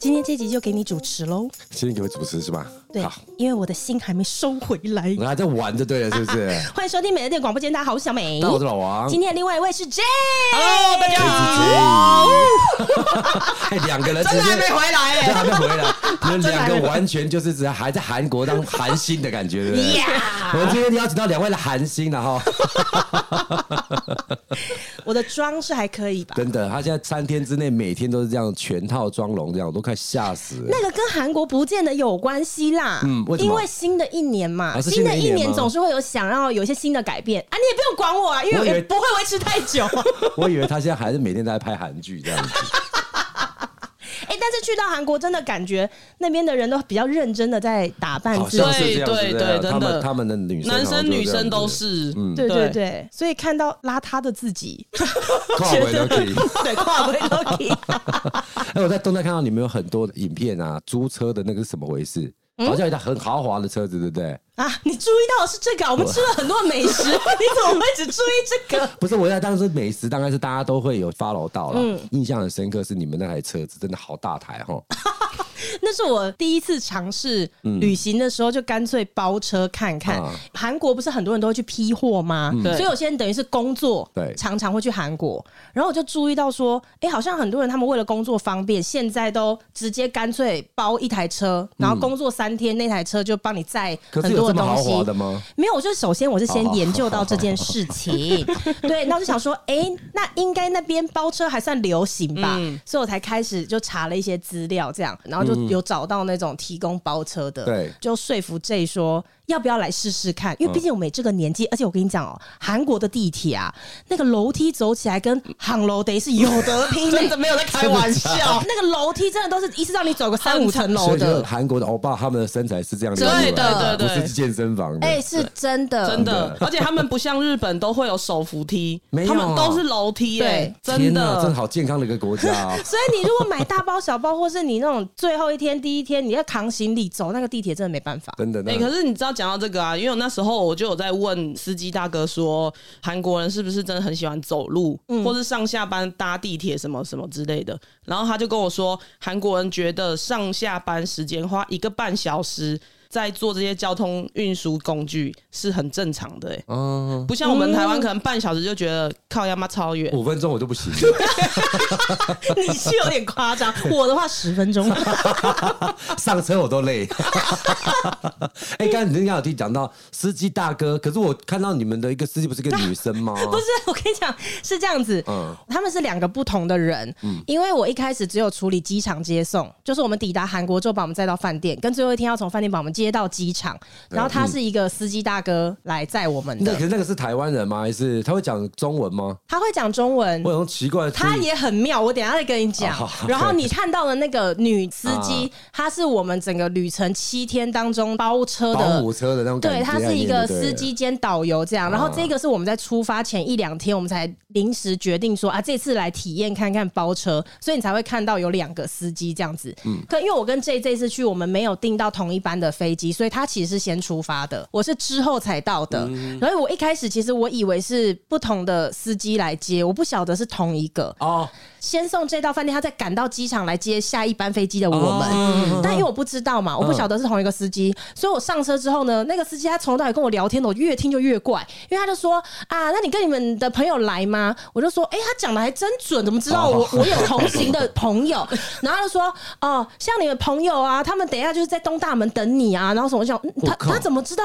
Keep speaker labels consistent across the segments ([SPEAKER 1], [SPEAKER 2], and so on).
[SPEAKER 1] 今天这集就给你主持喽，
[SPEAKER 2] 今天给我主持是吧？
[SPEAKER 1] 对
[SPEAKER 2] 好，，
[SPEAKER 1] 因为我的心还没收回来。
[SPEAKER 2] 我还在玩就对了，是不是？
[SPEAKER 1] 欢迎收听美乐店广播间，大家好，我是小美
[SPEAKER 2] 大家。好，我是老王。
[SPEAKER 1] 啊今天另外一位是 J，
[SPEAKER 3] Hello，大家
[SPEAKER 2] 好， 哎，两个人直
[SPEAKER 3] 真的还
[SPEAKER 2] 接
[SPEAKER 3] 没回来
[SPEAKER 2] 真的
[SPEAKER 3] 哎、
[SPEAKER 2] 还没回来，你们两个完全就是只还在韩国当韩星的感觉，对不对？我们今天邀请到两位的韩星了哈，
[SPEAKER 1] 我的妆是还可以吧？
[SPEAKER 2] 真的，他现在三天之内每天都是这样全套妆容，这样我都快吓死了。
[SPEAKER 1] 那个跟韩国不见得有关系啦，
[SPEAKER 2] 嗯为什么
[SPEAKER 1] 因为新的一年嘛，
[SPEAKER 2] 啊是
[SPEAKER 1] 新
[SPEAKER 2] 新的
[SPEAKER 1] 的
[SPEAKER 2] 一
[SPEAKER 1] 一
[SPEAKER 2] 年吗
[SPEAKER 1] 年总是会有想要有一些新的改变啊，你也不用管我啊，因
[SPEAKER 2] 我以
[SPEAKER 1] 为
[SPEAKER 2] 为
[SPEAKER 1] 我不会维持太 久。
[SPEAKER 2] 我以为他现在还是每天都在拍韩剧这样子，
[SPEAKER 1] 哎、但是去到韩国真的感觉那边的人都比较认真的在打扮
[SPEAKER 2] 好
[SPEAKER 1] 自己
[SPEAKER 2] 像，是这样子
[SPEAKER 3] 对对
[SPEAKER 2] 对啊
[SPEAKER 3] 对
[SPEAKER 2] 他
[SPEAKER 3] 真
[SPEAKER 2] 们
[SPEAKER 3] 的
[SPEAKER 2] 他们的女生
[SPEAKER 3] 男
[SPEAKER 2] 好像
[SPEAKER 3] 生
[SPEAKER 2] 就
[SPEAKER 3] 女
[SPEAKER 2] 这样
[SPEAKER 3] 生都
[SPEAKER 2] 子嗯
[SPEAKER 3] 是，
[SPEAKER 1] 对嗯对
[SPEAKER 3] 对
[SPEAKER 1] 对，所以看到邋遢的自 己，
[SPEAKER 2] 跨回都可以。
[SPEAKER 1] 对，跨回都可以。
[SPEAKER 2] 哎，我在动态看到你们有很多的影片啊，租车的那个是什么回事？
[SPEAKER 3] 嗯
[SPEAKER 2] 好像有一台很豪华的车子，对不对？
[SPEAKER 1] 啊，你注意到的是这个啊？我们吃了很多美 食，你怎么会只注意这个？
[SPEAKER 2] 不是，我在当时美食，当然是大家都会有 follow 到了。
[SPEAKER 3] 嗯
[SPEAKER 2] 印象很深刻是你们那台车子真的好大台 哈，
[SPEAKER 1] 那是我第一次尝试旅行的时候，就干脆包车看看
[SPEAKER 2] 嗯啊。嗯
[SPEAKER 1] 韩、国不是很多人都会去批货吗？
[SPEAKER 3] 对
[SPEAKER 1] 所以有些人等于是工作，
[SPEAKER 2] 对
[SPEAKER 1] 常常会去韩国。然后我就注意到说，哎、好像很多人他们为了工作方便，现在都直接干脆包一台车，然后工作三天，那台车就帮你载
[SPEAKER 2] 嗯可
[SPEAKER 1] 很
[SPEAKER 2] 是有
[SPEAKER 1] 多
[SPEAKER 2] 这
[SPEAKER 1] 的
[SPEAKER 2] 么
[SPEAKER 1] 东
[SPEAKER 2] 豪
[SPEAKER 1] 西。
[SPEAKER 2] 华的吗？
[SPEAKER 1] 没有，我就首先我是先研究到这件事情，对，那我就想说，哎、那应该那边包车还算流行吧，所以我才开始就查了一些资料，这样，然后就有找到那种提供包车的，
[SPEAKER 2] 对
[SPEAKER 1] 就说服 J 说要不要来试试看，因为毕竟我们也这个年纪，而且我跟你讲哦、韩国的地铁啊，那个楼梯走起来跟杭楼得是有得拼的
[SPEAKER 3] 真。的没有在开玩 笑，
[SPEAKER 1] 那个楼梯真的都是一次让你走个三五层楼
[SPEAKER 2] 所以就是
[SPEAKER 1] 的，
[SPEAKER 2] 韩国的欧哦巴他们的身材是这样
[SPEAKER 3] 对
[SPEAKER 2] 练出来
[SPEAKER 3] 的对对
[SPEAKER 2] 不是健身房的。
[SPEAKER 1] 哎、是真的，
[SPEAKER 3] 真的，而且他们不像日本都会有手扶梯
[SPEAKER 2] 没，有啊
[SPEAKER 3] 他们都是楼梯、哎，
[SPEAKER 1] 对！
[SPEAKER 3] 真
[SPEAKER 2] 天哪，真
[SPEAKER 3] 的。
[SPEAKER 2] 好健康的一个国家 啊
[SPEAKER 1] 所以你如果买大包小包，或是你那种最后一天、第一天你要扛行李走那个地铁，真的没办法。
[SPEAKER 2] 真的，那
[SPEAKER 3] 哎、可是你知道讲到这个啊，因为我那时候我就有在问司机大哥说，韩国人是不是真的很喜欢走路，
[SPEAKER 1] 嗯
[SPEAKER 3] 或是上下班搭地铁什么什么之类的。然后他就跟我说，韩国人觉得上下班时间花一个半小时在做这些交通运输工具是很正常的、哎，
[SPEAKER 1] 哦
[SPEAKER 2] 嗯，
[SPEAKER 3] 不像我们台湾可能半小时就觉得靠呀妈超
[SPEAKER 1] 嗯
[SPEAKER 3] 远。
[SPEAKER 2] 五分钟我就不 行了，
[SPEAKER 1] 你是有点夸 张，我的话十分钟。
[SPEAKER 2] 上车我都累。 哎，刚才你刚刚有听讲到司机大哥，可是我看到你们的一个司机不是一个女生吗？
[SPEAKER 1] 不是，我跟你讲是这样子，
[SPEAKER 2] 嗯
[SPEAKER 1] 他们是两个不同的人。因为我一开始只有处理机场接送，就是我们抵达韩国之后把我们载到饭店，跟最后一天要从饭店把我们接到机场，然后他是一个司机大哥来载我们
[SPEAKER 2] 那
[SPEAKER 1] 的
[SPEAKER 2] 嗯可，是那个是台湾人吗？还是他会讲中文吗？
[SPEAKER 1] 他会讲中文
[SPEAKER 2] 我。有种奇怪的注意，
[SPEAKER 1] 他也很妙，我等一下再跟你讲
[SPEAKER 2] 哦好。
[SPEAKER 1] 然后你看到的那个女司机
[SPEAKER 2] 啊，
[SPEAKER 1] 她是我们整个旅程七天当中包车
[SPEAKER 2] 保
[SPEAKER 1] 的
[SPEAKER 2] 姆。车的那种感觉，
[SPEAKER 1] 对，她是一个司
[SPEAKER 2] 对
[SPEAKER 1] 机兼导游这样，然后这个是我们在出发前一两天，我们才临时决定说啊，这次来体验看看包车，所以你才会看到有两个司机这样子。
[SPEAKER 2] 嗯
[SPEAKER 1] 可因为我跟 J 这次去，我们没有订到同一班的飞机，所以他其实是先出发
[SPEAKER 2] 嗯
[SPEAKER 1] 的，我是之后才到的。然后我一开始其实我以为是不同的司机来接，我不晓得是同一个。
[SPEAKER 2] 哦，
[SPEAKER 1] 先送这到饭店，他再赶到机场来接下一班飞机的我
[SPEAKER 2] 哦
[SPEAKER 1] 们。
[SPEAKER 2] 嗯
[SPEAKER 1] 但因为我不知道嘛，我不晓得是同一个司机，所以我上车之后呢，那个司机他从头到尾跟我聊天的，我越听就越怪，因为他就说啊，那你跟你们的朋友来吗？我就说，哎、他讲的还真准，怎么知道我、
[SPEAKER 2] 哦
[SPEAKER 1] 我有同行的朋友？ 然后他就说，哦，像你们朋友啊，他们等一下就是在东大门等你啊，然后什么我想，嗯他
[SPEAKER 2] 我靠
[SPEAKER 1] 他怎么知道？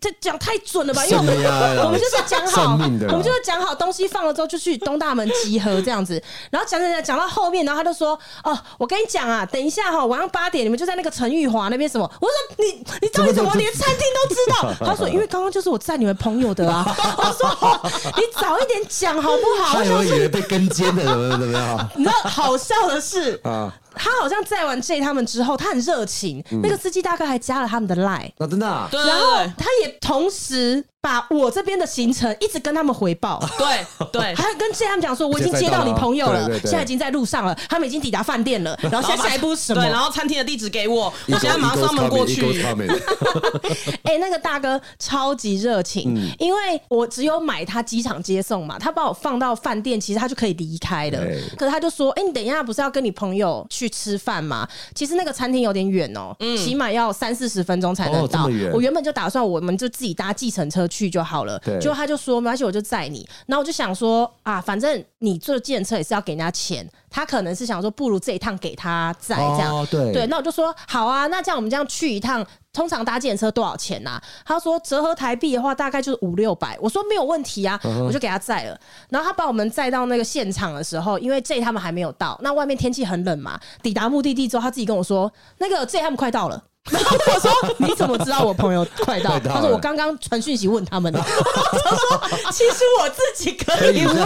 [SPEAKER 1] 这讲太准了吧？因为
[SPEAKER 2] 什
[SPEAKER 1] 我
[SPEAKER 2] 么
[SPEAKER 1] 们
[SPEAKER 2] 呀？
[SPEAKER 1] 我们就是讲好，
[SPEAKER 2] 算命的啦
[SPEAKER 1] 我们就是讲好东西放了之后就去东大门集合这样子。 然后讲讲讲讲到后面，然后他就说：“哦，我跟你讲啊，等一下哈、晚上八点你们就在那个陈玉华那边什么？”我说：“你你到底怎么连餐厅都知道？”他说：“因为刚刚就是我载你们朋友的啊。”我说、哦你早一点讲好不 好？”我
[SPEAKER 2] 害
[SPEAKER 1] 想
[SPEAKER 2] 我以
[SPEAKER 1] 说，
[SPEAKER 2] 为被跟监的，怎么怎么样？
[SPEAKER 1] 你知道好笑的是，
[SPEAKER 2] 啊，
[SPEAKER 1] 他好像载完 J 他们之后，他很热情，那个司机大哥还加了他们的 line。
[SPEAKER 2] 那真的啊
[SPEAKER 3] 对，
[SPEAKER 1] 然后
[SPEAKER 3] 对
[SPEAKER 1] 他也同时把我这边的行程一直跟他们回报，
[SPEAKER 3] 对 对，
[SPEAKER 1] 还跟现在他们讲说，我已经接到你朋友了，
[SPEAKER 2] 对对对
[SPEAKER 1] 现在已经在路上了，他们已经抵达饭店了，然后现在下一步是什么
[SPEAKER 3] 对，？然后餐厅的地址给我，我
[SPEAKER 2] Eagles
[SPEAKER 3] 现在马上
[SPEAKER 2] Eagles
[SPEAKER 3] 送他们过
[SPEAKER 2] coming,
[SPEAKER 3] 去。
[SPEAKER 2] Eagles coming
[SPEAKER 1] 哎、那个大哥超级热情，
[SPEAKER 2] 嗯
[SPEAKER 1] 因为我只有买他机场接送嘛，他把我放到饭店，其实他就可以离开了
[SPEAKER 2] 对。
[SPEAKER 1] 可是他就说：“哎、你等一下不是要跟你朋友去吃饭吗？其实那个餐厅有点远哦、起码要三四十分钟才能
[SPEAKER 2] 哦这
[SPEAKER 1] 到。
[SPEAKER 2] 么远
[SPEAKER 1] 我原本就打算我们就自己搭计程车去就好了，
[SPEAKER 2] 对
[SPEAKER 1] 结果他就说没关系，我就载你。然后我就想说啊，反正你坐计程车也是要给人家钱，他可能是想说不如这一趟给他载这样。
[SPEAKER 2] 哦对
[SPEAKER 1] 对，那我就说好啊，那这样我们这样去一趟，通常搭计程车多少钱呐、啊？他说折合台币的话，大概就是五六百。我说没有问题啊，
[SPEAKER 2] 嗯
[SPEAKER 1] 我就给他载了。然后他把我们载到那个现场的时候，因为 J 他们还没有到，那外面天气很冷嘛。抵达目的地之后，他自己跟我说，那个 J 他们快到了。 然后我说：“你怎么知道我朋友快到？”
[SPEAKER 2] 快到了
[SPEAKER 1] 他说：“我刚刚传讯息问他们的。” 他说：“其实我自己可以问。”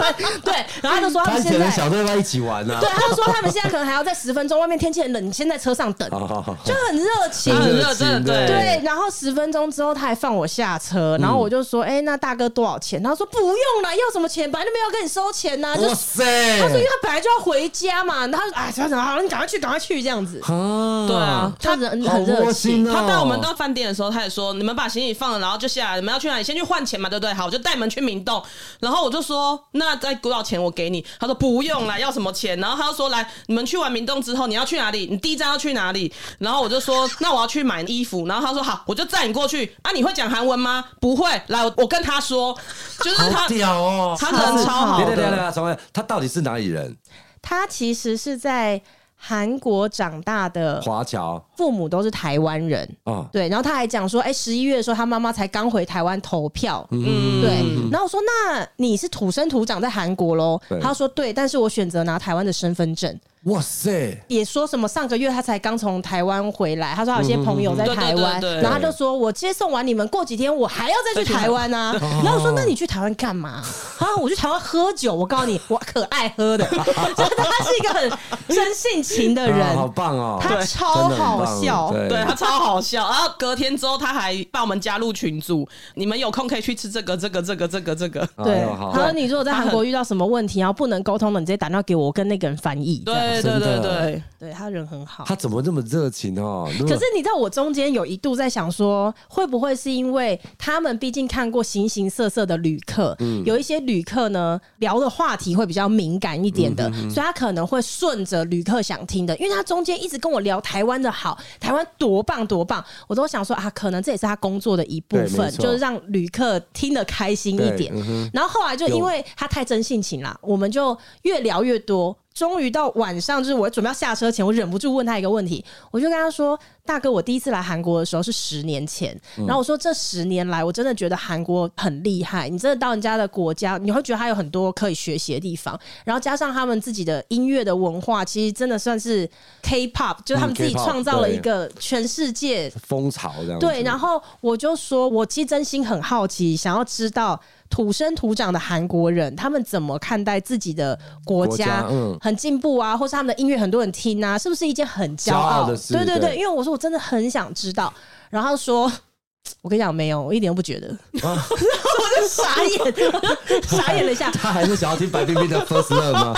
[SPEAKER 1] 对，然后他就说：“他
[SPEAKER 2] 他
[SPEAKER 1] 们
[SPEAKER 2] 以
[SPEAKER 1] 现
[SPEAKER 2] 前
[SPEAKER 1] 在
[SPEAKER 2] 的小队要一起玩啊
[SPEAKER 1] 对，，他就说他们现在可能还要在十分钟，外面天气很冷，你先在车上等，
[SPEAKER 2] 好好 好
[SPEAKER 1] 就很热情啊
[SPEAKER 3] 他。很热
[SPEAKER 2] 热情
[SPEAKER 3] 真的对
[SPEAKER 1] 对，然后十分钟之后他还放我下车，然后我就说：“哎、那大哥多少钱？”他说：“不用了，要什么钱？本来就没有跟你收钱呐、就
[SPEAKER 2] 哇塞，
[SPEAKER 1] 他说：“因为他本来就要回家嘛。”然后他说：“哎，算了，好了，你赶快去，赶快去，这样子。
[SPEAKER 2] 啊
[SPEAKER 3] 对啊，
[SPEAKER 1] 他人
[SPEAKER 2] 好
[SPEAKER 1] 很热
[SPEAKER 2] 窝
[SPEAKER 1] 情
[SPEAKER 2] 心，哦，
[SPEAKER 3] 他带我们到饭店的时候，他也说：“你们把行李放了，然后就下来。你们要去哪里？先去换钱嘛，对不对？好，我就带你们去明洞。然后我就说：那再多少钱我给你？他说不用啦，要什么钱？然后他就说：来，你们去完明洞之后，你要去哪里？你第一站要去哪里？然后我就说：那我要去买衣服。然后他说：好，我就载你过去。啊，你会讲韩文吗？不会。来，我我跟他说，就是
[SPEAKER 2] 好
[SPEAKER 3] 他，
[SPEAKER 2] 屌哦，
[SPEAKER 3] 他人超好
[SPEAKER 2] 对对对
[SPEAKER 3] 的。
[SPEAKER 2] 对，从来他到底是哪里人？
[SPEAKER 1] 他其实是在韩国长大的，
[SPEAKER 2] 华侨
[SPEAKER 1] 父母都是台湾人。
[SPEAKER 2] 啊，
[SPEAKER 1] 对，然后他还讲说，哎、十一月的时候，他妈妈才刚回台湾投票，嗯，对。然后我说，那你是土生土长在韩国喽
[SPEAKER 2] 对？
[SPEAKER 1] 他说对，但是我选择拿台湾的身份证。
[SPEAKER 2] 哇塞，
[SPEAKER 1] 也说什么上个月他才刚从台湾回来，他说他有些朋友在台湾，
[SPEAKER 3] 嗯嗯嗯对对对对
[SPEAKER 1] 然后他就说我接送完你们，过几天我还要再去台湾啊。然后我说那你去台湾干嘛？啊，我去台湾喝酒，我告诉你，我可爱喝的， 就是他是一个很真性情的人。
[SPEAKER 2] 啊 好棒哦，
[SPEAKER 1] 他
[SPEAKER 2] 对
[SPEAKER 1] 超
[SPEAKER 2] 真的很棒
[SPEAKER 1] 好笑
[SPEAKER 3] 对他超好笑，然后隔天之后他还把我们加入群组，你们有空可以去吃这个这个这个这个这个，
[SPEAKER 1] 对，
[SPEAKER 2] 哎呦好
[SPEAKER 1] 他说你如果在韩国遇到什么问题，然后不能沟通的，你直接打电话给我，我跟那个人翻译。这样
[SPEAKER 3] 对对
[SPEAKER 2] 真
[SPEAKER 3] 对
[SPEAKER 2] 的
[SPEAKER 3] 对，
[SPEAKER 1] 对他人很好。
[SPEAKER 2] 他怎么那么热情哦？可
[SPEAKER 1] 可是你知道，我中间有一度在想说，会不会是因为他们毕竟看过形形色色的旅客，
[SPEAKER 2] 嗯
[SPEAKER 1] 有一些旅客呢聊的话题会比较敏感一点
[SPEAKER 2] 嗯
[SPEAKER 1] 的，所以他可能会顺着旅客想听的，因为他中间一直跟我聊台湾的好，台湾多棒多棒，我都想说啊，可能这也是他工作的一部
[SPEAKER 2] 对
[SPEAKER 1] 分
[SPEAKER 2] 没，错
[SPEAKER 1] 就是让旅客听得开心一点
[SPEAKER 2] 对。嗯
[SPEAKER 1] 然后后来就因为他太真性情啦，我们就越聊越多。终于到晚上，就是我准备要下车前，我忍不住问他一个问题，我就跟他说：“大哥，我第一次来韩国的时候是十年前，
[SPEAKER 2] 嗯
[SPEAKER 1] 然后我说这十年来，我真的觉得韩国很厉害。你真的到人家的国家，你会觉得他有很多可以学习的地方，然后加上他们自己的音乐的文化，其实真的算是 K-pop，就是他们
[SPEAKER 2] 嗯
[SPEAKER 1] 自己
[SPEAKER 2] K-pop，
[SPEAKER 1] 创造了
[SPEAKER 2] 对
[SPEAKER 1] 一个全世界
[SPEAKER 2] 风潮这样子，
[SPEAKER 1] 对，然后我就说，我其实真心很好奇，想要知道土生土长的韩国人他们怎么看待自己的国
[SPEAKER 2] 国
[SPEAKER 1] 家
[SPEAKER 2] 家，嗯
[SPEAKER 1] 很进步啊，或是他们的音乐很多人听啊，是不是一件很骄
[SPEAKER 2] 骄
[SPEAKER 1] 傲
[SPEAKER 2] 傲的事
[SPEAKER 1] 对对对，
[SPEAKER 2] 对
[SPEAKER 1] 因为我说我真的很想知道，然后他说。 我跟你讲，没有，我一点都不觉得，
[SPEAKER 2] 啊
[SPEAKER 1] 我就傻眼， 我就傻眼了一下，
[SPEAKER 2] 他还是想要听白冰冰的 First Love 吗？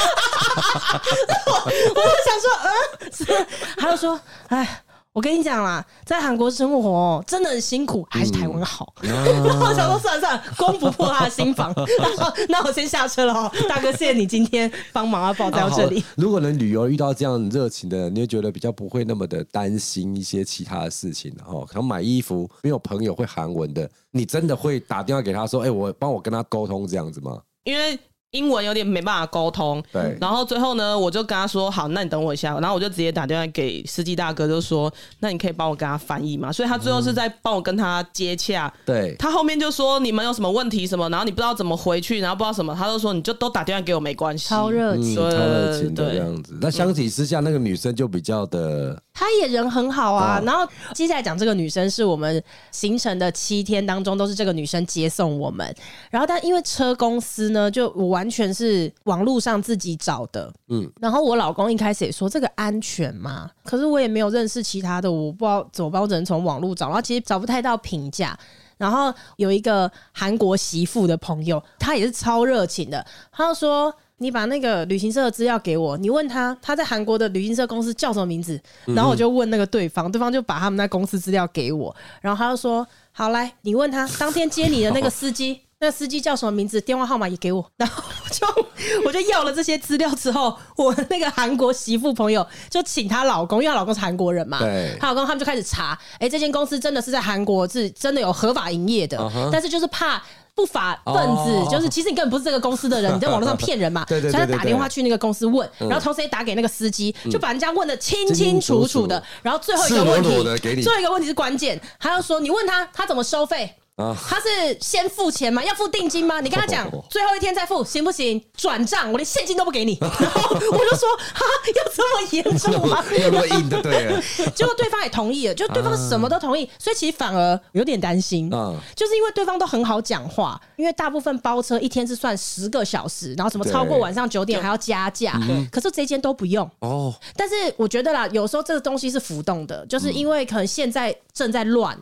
[SPEAKER 1] 我就想说，嗯，是 他就说，哎，我跟你讲啦，在韩国生活、哦、真的很辛苦，还是台湾好。然后 我想说，算了算了，攻不破他的心房， 然后那我先下车了哦，大哥，谢谢你今天帮忙啊，抱 到这里
[SPEAKER 2] 啊。好如果能旅游遇到这样热情的人，你会觉得比较不会那么的担心一些其他的事情哦。可能买衣服，没有朋友会韩文的，你真的会打电话给他说：“哎、我帮我跟他沟通这样子吗
[SPEAKER 3] 因为英文有点没办法沟通，
[SPEAKER 2] 对
[SPEAKER 3] 然后最后呢，我就跟他说：“好，那你等我一下。”然后我就直接打电话给司机大哥，就说：“那你可以帮我跟他翻译嘛？”所以他最后是在帮我跟他接洽。？”
[SPEAKER 2] 对，
[SPEAKER 3] 他后面就说：“你们有什么问题什么？然后你不知道怎么回去，然后不知道什么，他就说你就都打电话给我没关系。”
[SPEAKER 1] 超热
[SPEAKER 2] 嗯，
[SPEAKER 1] 情，
[SPEAKER 2] 超热情的
[SPEAKER 3] 对
[SPEAKER 2] 这样子。那相比之下，那个女生就比较的
[SPEAKER 1] 他也人很好啊。
[SPEAKER 2] 哦
[SPEAKER 1] 然后接下来讲这个女生是我们行程的七天当中都是这个女生接送我们，然后但因为车公司呢，就我完全是网络上自己找的，嗯
[SPEAKER 2] 嗯。
[SPEAKER 1] 然后我老公一开始也说这个安全吗？可是我也没有认识其他的，我不知道怎么办，我只能从网络找，然后其实找不太到评价。然后有一个韩国媳妇的朋友，他也是超热情的，他就说。你把那个旅行社的资料给我，你问他他在韩国的旅行社公司叫什么名字，然后我就问那个对方，对方就把他们那公司资料给我，然后他就说：“好，来，你问他当天接你的那个司机，那个司机叫什么名字，电话号码也给我。”然后我就我就要了这些资料之后，我那个韩国媳妇朋友就请她老公，因为她老公是韩国人嘛，
[SPEAKER 2] 对
[SPEAKER 1] 她老公他们就开始查，哎、这间公司真的是在韩国是真的有合法营业的
[SPEAKER 2] 嗯哼
[SPEAKER 1] 但是就是怕。不法分子、
[SPEAKER 2] 哦
[SPEAKER 1] 就是，其实你根本不是这个公司 的人，你在网络上骗人嘛，
[SPEAKER 2] 对对对
[SPEAKER 1] 所以
[SPEAKER 2] 对
[SPEAKER 1] 他打
[SPEAKER 2] 对
[SPEAKER 1] 电话去那个公司问，
[SPEAKER 2] 嗯
[SPEAKER 1] 然后同时也打给那个司机，就把人家问的清清楚楚的
[SPEAKER 2] 清清楚楚。
[SPEAKER 1] 然后最后一个问
[SPEAKER 2] 赤裸
[SPEAKER 1] 题
[SPEAKER 2] 裸地给，你
[SPEAKER 1] 最后一个问题是关键，他要说你问他他怎么收费。
[SPEAKER 2] 啊
[SPEAKER 1] 他是先付钱吗？要付定金吗？你跟他讲
[SPEAKER 2] 哦
[SPEAKER 1] 最后一天再付，行不行？转账，我连现金都不给你。然后我就说哈，要这么严重 吗？
[SPEAKER 2] 没有那么硬就对 了。
[SPEAKER 1] 结果对方也同意了，就对方什么都同意，所以其实反而有点担心，
[SPEAKER 2] 嗯
[SPEAKER 1] 就是因为对方都很好讲话，因为大部分包车一天是算十个小时，然后什么
[SPEAKER 2] 对
[SPEAKER 1] 超过晚上九点还要加价，可是这间都不用。
[SPEAKER 2] 哦，
[SPEAKER 1] 但是我觉得啦，有时候这个东西是浮动的，就是因为可能现在正在乱，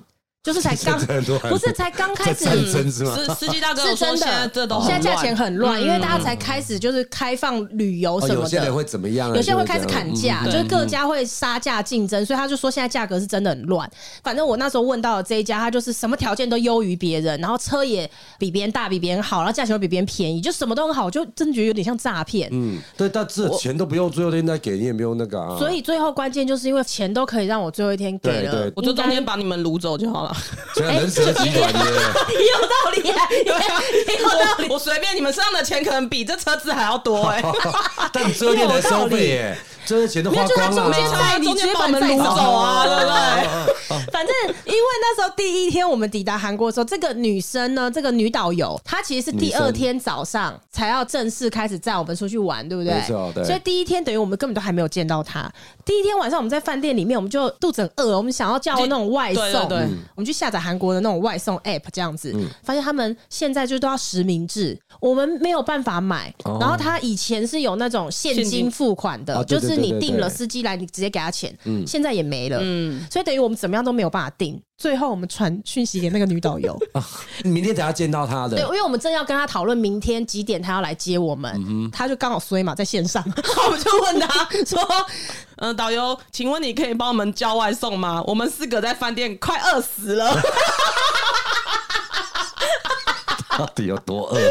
[SPEAKER 1] 就是才 刚
[SPEAKER 2] 正在乱
[SPEAKER 1] 不是才刚开始
[SPEAKER 2] 在。战争是吗？
[SPEAKER 3] 司司 机大哥
[SPEAKER 1] 是
[SPEAKER 3] 有说
[SPEAKER 1] 真
[SPEAKER 3] 现在
[SPEAKER 1] 的，
[SPEAKER 3] 这都很
[SPEAKER 1] 现在价
[SPEAKER 3] 乱
[SPEAKER 1] 钱很乱，嗯因为大家才开始就是开放旅游
[SPEAKER 2] 哦，
[SPEAKER 1] 什么的。
[SPEAKER 2] 有些人会怎么样啊？
[SPEAKER 1] 有些人会
[SPEAKER 2] 就
[SPEAKER 1] 开
[SPEAKER 2] 是
[SPEAKER 1] 始
[SPEAKER 2] 这样
[SPEAKER 1] 砍价，
[SPEAKER 3] 嗯
[SPEAKER 1] 就是各家会杀价竞争，所以他就说现在价格是真的很乱。反正我那时候问到的这一家，他就是什么条件都优于别人，然后车也比别人大，比别人好，然后价钱又比别人便宜，就什么都很好，我就真的觉得有点像诈骗。
[SPEAKER 2] 嗯，对，但这钱都不用，最后天再给你也没有那个啊。
[SPEAKER 1] 所以最后关键就是因为钱都可以让我最后一天给
[SPEAKER 2] 对
[SPEAKER 1] 了
[SPEAKER 2] 对，
[SPEAKER 3] 我就中间
[SPEAKER 1] 应该
[SPEAKER 3] 把你们掳走就好了。
[SPEAKER 2] 现在人蛇集团的，
[SPEAKER 1] 也 有道理啊， 也也有道理
[SPEAKER 3] 我。我随便你们身上的钱可能比这车子还要多哎、
[SPEAKER 2] 但你最后天能收费耶，这些钱都
[SPEAKER 1] 没
[SPEAKER 2] 花
[SPEAKER 1] 有，就他
[SPEAKER 2] 光
[SPEAKER 1] 中
[SPEAKER 2] 了
[SPEAKER 1] 间
[SPEAKER 2] 啊。
[SPEAKER 1] 带你，
[SPEAKER 3] 中
[SPEAKER 1] 直
[SPEAKER 3] 间
[SPEAKER 1] 接
[SPEAKER 3] 把
[SPEAKER 1] 把
[SPEAKER 3] 我
[SPEAKER 1] 你
[SPEAKER 3] 们掳
[SPEAKER 1] 载
[SPEAKER 3] 走啊，对不对？
[SPEAKER 1] 反正，因为那时候第一天我们抵达韩国的时候，这个女生呢，这个女导游，她其实是第二天早上才要正式开始载我们出去玩，对不对？
[SPEAKER 2] 没错对
[SPEAKER 1] 所以第一天等于我们根本都还没有见到她。第一天晚上我们在饭店里面，我们就肚子很饿，我们想要叫那种外送，
[SPEAKER 3] 对对对嗯
[SPEAKER 1] 我们去下载韩国的那种外送 app 这样子，发现他们现在就都要实名制，我们没有办法买。
[SPEAKER 2] 哦
[SPEAKER 1] 然后他以前是有那种现
[SPEAKER 3] 现
[SPEAKER 1] 金
[SPEAKER 3] 金
[SPEAKER 1] 付款的，
[SPEAKER 2] 啊对
[SPEAKER 1] 就
[SPEAKER 2] 对
[SPEAKER 1] 是
[SPEAKER 2] 对
[SPEAKER 1] 你
[SPEAKER 2] 对
[SPEAKER 1] 定了
[SPEAKER 2] 对
[SPEAKER 1] 司机来，你直接给他钱，现在也没了，所以等于我们怎么样都没有办法定。最后我们传讯息给那个女导游，
[SPEAKER 2] 明天等下见到他
[SPEAKER 1] 对，因
[SPEAKER 2] 的，
[SPEAKER 1] 为我们正要跟她讨论明天几点她要来接我们，她就刚好衰嘛，在线上，然后我们就问她说，
[SPEAKER 3] 嗯、导游，请问你可以帮我们叫外送吗？我们四个在饭店快饿死了。
[SPEAKER 2] 到底有多饿？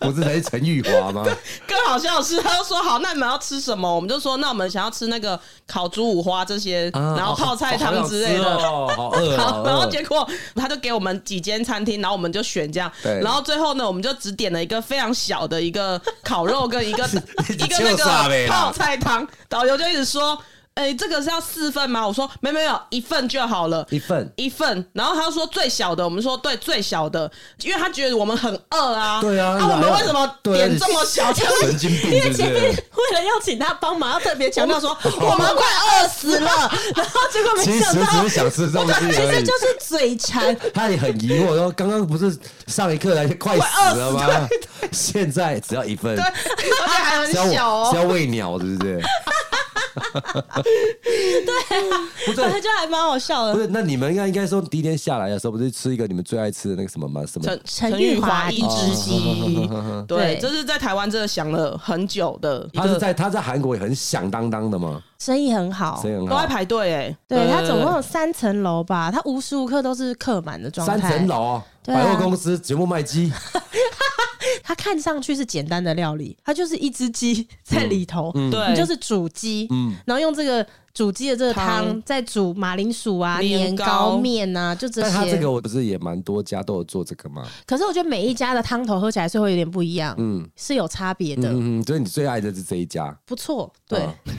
[SPEAKER 2] 不是才是陈玉 华吗？
[SPEAKER 3] 更好笑的是，他就说好，那你们要吃什么？我们就说那我们想要吃那个烤猪五花这些，
[SPEAKER 2] 啊
[SPEAKER 3] 然后泡菜汤之类的。
[SPEAKER 2] 好好好吃 哦好饿
[SPEAKER 3] 好，
[SPEAKER 2] 哦，
[SPEAKER 3] 然
[SPEAKER 2] 好
[SPEAKER 3] 后
[SPEAKER 2] 饿
[SPEAKER 3] 结果他就给我们几间餐厅，然后我们就选这样。
[SPEAKER 2] 对
[SPEAKER 3] 然后最后呢，我们就只点了一个非常小的一个烤肉 跟一个一个那
[SPEAKER 2] 就傻呗
[SPEAKER 3] 个
[SPEAKER 2] 啦
[SPEAKER 3] 泡菜汤。导游就一直说：“哎、这个是要四份吗？”我说：“没有没有，一份就好了。”
[SPEAKER 2] 一份。
[SPEAKER 3] 一份，然后他说最小的，我们说对最小的，因为他觉得我们很饿啊，
[SPEAKER 2] 对啊
[SPEAKER 3] 那、我们为什么
[SPEAKER 2] 对啊
[SPEAKER 3] 点这么小？这样
[SPEAKER 2] 神经病
[SPEAKER 1] 因
[SPEAKER 2] 是
[SPEAKER 1] 为
[SPEAKER 2] 不是
[SPEAKER 1] 前面为了要请她帮忙，要特别强调说我们快饿死了，然后结果
[SPEAKER 2] 其
[SPEAKER 1] 没
[SPEAKER 2] 实
[SPEAKER 1] 想
[SPEAKER 2] 只
[SPEAKER 1] 到
[SPEAKER 2] 是。想吃东西
[SPEAKER 1] 其
[SPEAKER 2] 而
[SPEAKER 1] 实
[SPEAKER 2] 已
[SPEAKER 1] 就。是嘴馋，
[SPEAKER 2] 他也很疑惑，说刚刚不是上一课来快死了吗？现在只要一份，
[SPEAKER 3] 对，而且还很
[SPEAKER 2] 是要
[SPEAKER 3] 小
[SPEAKER 2] 是
[SPEAKER 3] 哦。
[SPEAKER 2] 要喂鸟，是不是？对，不
[SPEAKER 1] 反正
[SPEAKER 2] 对，
[SPEAKER 1] 就还蛮好笑
[SPEAKER 2] 不
[SPEAKER 1] 的。
[SPEAKER 2] 是。那你们应该应该说第一天下来的时候，不是吃一个你们最爱吃的那个什么吗？什么？
[SPEAKER 3] 陈
[SPEAKER 1] 陈
[SPEAKER 3] 玉
[SPEAKER 1] 玉华
[SPEAKER 3] 华
[SPEAKER 1] 一
[SPEAKER 3] 一
[SPEAKER 1] 只
[SPEAKER 3] 只
[SPEAKER 2] 鸡
[SPEAKER 3] 鸡，对
[SPEAKER 1] 对，
[SPEAKER 3] 这是在台湾真的想了很久的一
[SPEAKER 2] 他是
[SPEAKER 3] 个，
[SPEAKER 2] 在他在韩国也很响当当的嘛，
[SPEAKER 1] 生意很好，
[SPEAKER 2] 所以很
[SPEAKER 3] 都在
[SPEAKER 2] 好。
[SPEAKER 3] 排队哎。
[SPEAKER 1] 对，它总共有三层楼吧，它无时无刻都是客满的状态。
[SPEAKER 2] 三层，楼哦，
[SPEAKER 1] 对啊
[SPEAKER 2] 百货公司全部卖鸡，
[SPEAKER 1] 它看上去是简单的料理，它就是一只鸡在里头，
[SPEAKER 3] 对
[SPEAKER 1] 你就是煮鸡，
[SPEAKER 2] 嗯
[SPEAKER 1] 然后用这个煮鸡的这个汤
[SPEAKER 3] 汤
[SPEAKER 1] 再煮马铃薯啊、年
[SPEAKER 3] 年糕
[SPEAKER 1] 糕面啊，就这
[SPEAKER 2] 但他
[SPEAKER 1] 些。
[SPEAKER 2] 这个我不是也蛮多家都有做这个吗？
[SPEAKER 1] 可是我觉得每一家的汤头喝起来是会有点不一样，
[SPEAKER 2] 嗯
[SPEAKER 1] 是有差别的，
[SPEAKER 2] 嗯，嗯所以你最爱的是这一家，
[SPEAKER 1] 不错。对，
[SPEAKER 2] 嗯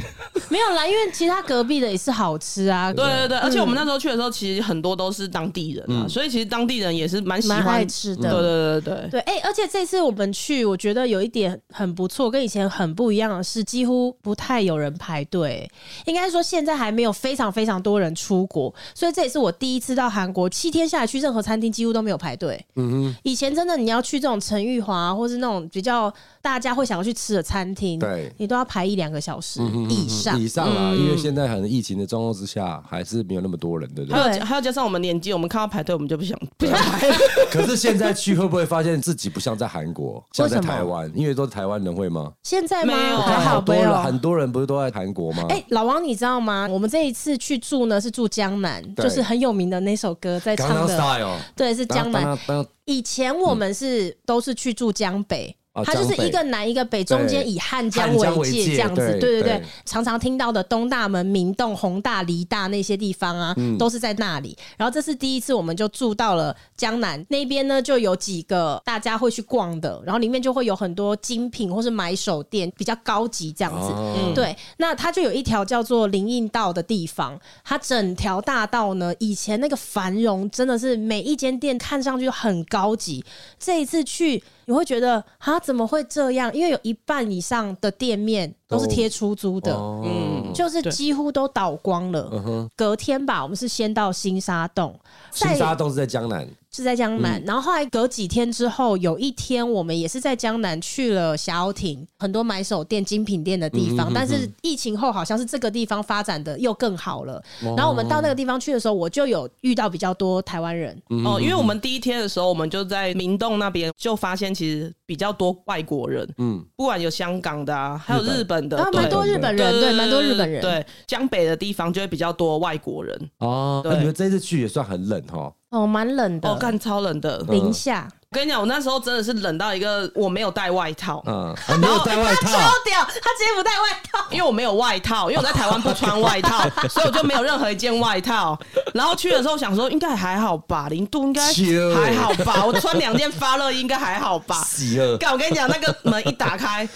[SPEAKER 1] 没有啦，因为其他隔壁的也是好吃啊。
[SPEAKER 3] 对对对，而且我们那时候去的时候，其实很多都是当地人啊，所以其实当地人也是蛮喜
[SPEAKER 1] 嗯蛮爱
[SPEAKER 3] 欢
[SPEAKER 1] 吃
[SPEAKER 3] 对
[SPEAKER 2] 嗯
[SPEAKER 1] 的，
[SPEAKER 3] 对对对
[SPEAKER 1] 对，
[SPEAKER 3] 对，
[SPEAKER 1] 哎、而且这次我们去，我觉得有一点很不错，跟以前很不一样的是，几乎不太有人排队。应该说，现在还没有非常非常多人出国，所以这也是我第一次到韩国，七天下来去任何餐厅几乎都没有排队。嗯以前真的你要去这种陈玉华啊或是那种比较大家会想要去吃的餐厅，
[SPEAKER 2] 对嗯
[SPEAKER 1] 你都要排一两个小时以上。嗯
[SPEAKER 2] 以上啦，因为现在可能疫情的状况之下，还是没有那么多人，对不对？
[SPEAKER 3] 还
[SPEAKER 1] 对
[SPEAKER 3] 有还有加上我们年纪，我们看到排队，我们就不想不想排。
[SPEAKER 2] 可是现在去会不会发现自己不像在韩 国，像在台湾？因为都是台湾人会吗？哦
[SPEAKER 1] 现在吗？
[SPEAKER 3] 没有
[SPEAKER 1] 还好
[SPEAKER 2] 多
[SPEAKER 1] 没有
[SPEAKER 2] 人，。很多人不是都在韩国吗？
[SPEAKER 1] 哎、老王，你知道吗？我们这一次去住呢，是住江南，
[SPEAKER 2] 对
[SPEAKER 1] 就是很有名的那首歌在
[SPEAKER 2] 刚
[SPEAKER 1] 唱
[SPEAKER 2] 刚
[SPEAKER 1] 的，
[SPEAKER 2] style，
[SPEAKER 1] 对，是江南。
[SPEAKER 2] 当当
[SPEAKER 1] 以前我们是、都是去住嗯江北。
[SPEAKER 2] 哦
[SPEAKER 1] 它就是一个南一个北，中间以汉江为界这样子，
[SPEAKER 2] 汉江为界
[SPEAKER 1] 对对
[SPEAKER 2] 对
[SPEAKER 1] 对。常常听到的东大门、明洞、宏大、梨大那些地方啊，都是在那里。然后这是第一次，我们就住到了江南那边呢，就有几个大家会去逛的，然后里面就会有很多精品或是买手店，比较高级这样子。
[SPEAKER 2] 哦
[SPEAKER 3] 嗯
[SPEAKER 1] 对，那它就有一条叫做林荫道的地方，它整条大道呢，以前那个繁荣真的是每一间店看上去就很高级。这一次去，你会觉得啊，怎么会这样？因为有一半以上的店面都是贴出租的。
[SPEAKER 2] 哦嗯
[SPEAKER 3] 嗯，
[SPEAKER 1] 就是
[SPEAKER 3] 对
[SPEAKER 1] 几乎都倒光了。隔天吧，我们是先到新沙洞，
[SPEAKER 2] 新
[SPEAKER 1] 再
[SPEAKER 2] 沙洞是在江南，
[SPEAKER 1] 是在江
[SPEAKER 2] 嗯
[SPEAKER 1] 南，然后后来隔几天之后，有一天我们也是在江南去了霞欧亭，很多买手店、精品店的地
[SPEAKER 2] 嗯
[SPEAKER 1] 方。但是疫情后，好像是这个地方发展的又更好了。
[SPEAKER 2] 哦
[SPEAKER 1] 然后我们到那个地方去的时候，我就有遇到比较多台湾人，
[SPEAKER 2] 嗯
[SPEAKER 3] 哦，
[SPEAKER 1] 嗯
[SPEAKER 3] 因为我们第一天的时候，我们就在明洞那边就发现，其实比较多外国人，
[SPEAKER 2] 嗯，
[SPEAKER 3] 不管有香港的啊，还有日本的，
[SPEAKER 1] 然呃后蛮多日本人，对，蛮多日本人。
[SPEAKER 3] 对，江北的地方就会比较多外国人。
[SPEAKER 2] 哦
[SPEAKER 3] 对
[SPEAKER 2] 那你们这次去也算很冷哈，
[SPEAKER 1] 哦，蛮冷
[SPEAKER 3] 哦，
[SPEAKER 2] 嗯
[SPEAKER 1] 的，
[SPEAKER 3] 干超冷的！我
[SPEAKER 1] 零下。
[SPEAKER 3] 跟你讲，我那时候真的是冷到一个，我没有带外套，
[SPEAKER 2] 嗯，还没有带外套，
[SPEAKER 1] 屌，他直接不带外套。
[SPEAKER 3] 因为我没有外套，因为我在台湾不穿 外套，所以我就没有任何一件外套。然后去的时候想说，应该还好吧，零度应该
[SPEAKER 2] Chill
[SPEAKER 3] 还好吧，我穿两件发热衣应该还好吧。
[SPEAKER 2] 喜了，
[SPEAKER 3] 干，我跟你讲，那个门一打开，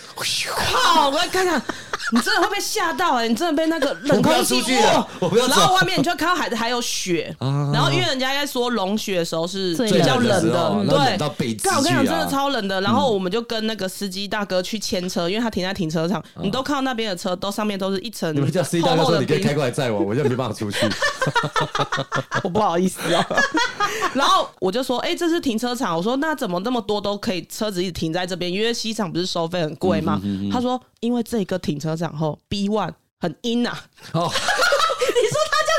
[SPEAKER 3] 靠！我跟你讲，你真的会被吓到哎、你真的被那个冷空气
[SPEAKER 2] 我不要出去了
[SPEAKER 3] 哇
[SPEAKER 2] 我不要走
[SPEAKER 3] 然后外面你就看到还还有雪，
[SPEAKER 2] 啊
[SPEAKER 3] 然后因为人家在说融雪的时候是
[SPEAKER 1] 最
[SPEAKER 3] 比较
[SPEAKER 2] 冷的
[SPEAKER 3] 冷
[SPEAKER 2] 时候
[SPEAKER 3] 的，
[SPEAKER 2] 哦那冷
[SPEAKER 3] 对，
[SPEAKER 2] 到北极
[SPEAKER 3] 干我跟你讲，
[SPEAKER 2] 去啊
[SPEAKER 3] 真的超冷的。然后我们就跟那个司机大哥去牵车，因为他停在停车场，你都看到那边的车都上面都是一层
[SPEAKER 2] 嗯你们叫 C 大
[SPEAKER 3] 厚
[SPEAKER 2] 哥
[SPEAKER 3] 厚
[SPEAKER 2] 说
[SPEAKER 3] 的
[SPEAKER 2] 你可以
[SPEAKER 3] 冰
[SPEAKER 2] 开过来载我，我就没办法出去。
[SPEAKER 3] 我不好意思哦。然后我就说，哎、这是停车场。我说那怎么那么多都可以车子一直停在这边？因为西厂不是收费很贵吗？他说因为这个停车场后 B one 很阴啊，
[SPEAKER 2] 哦，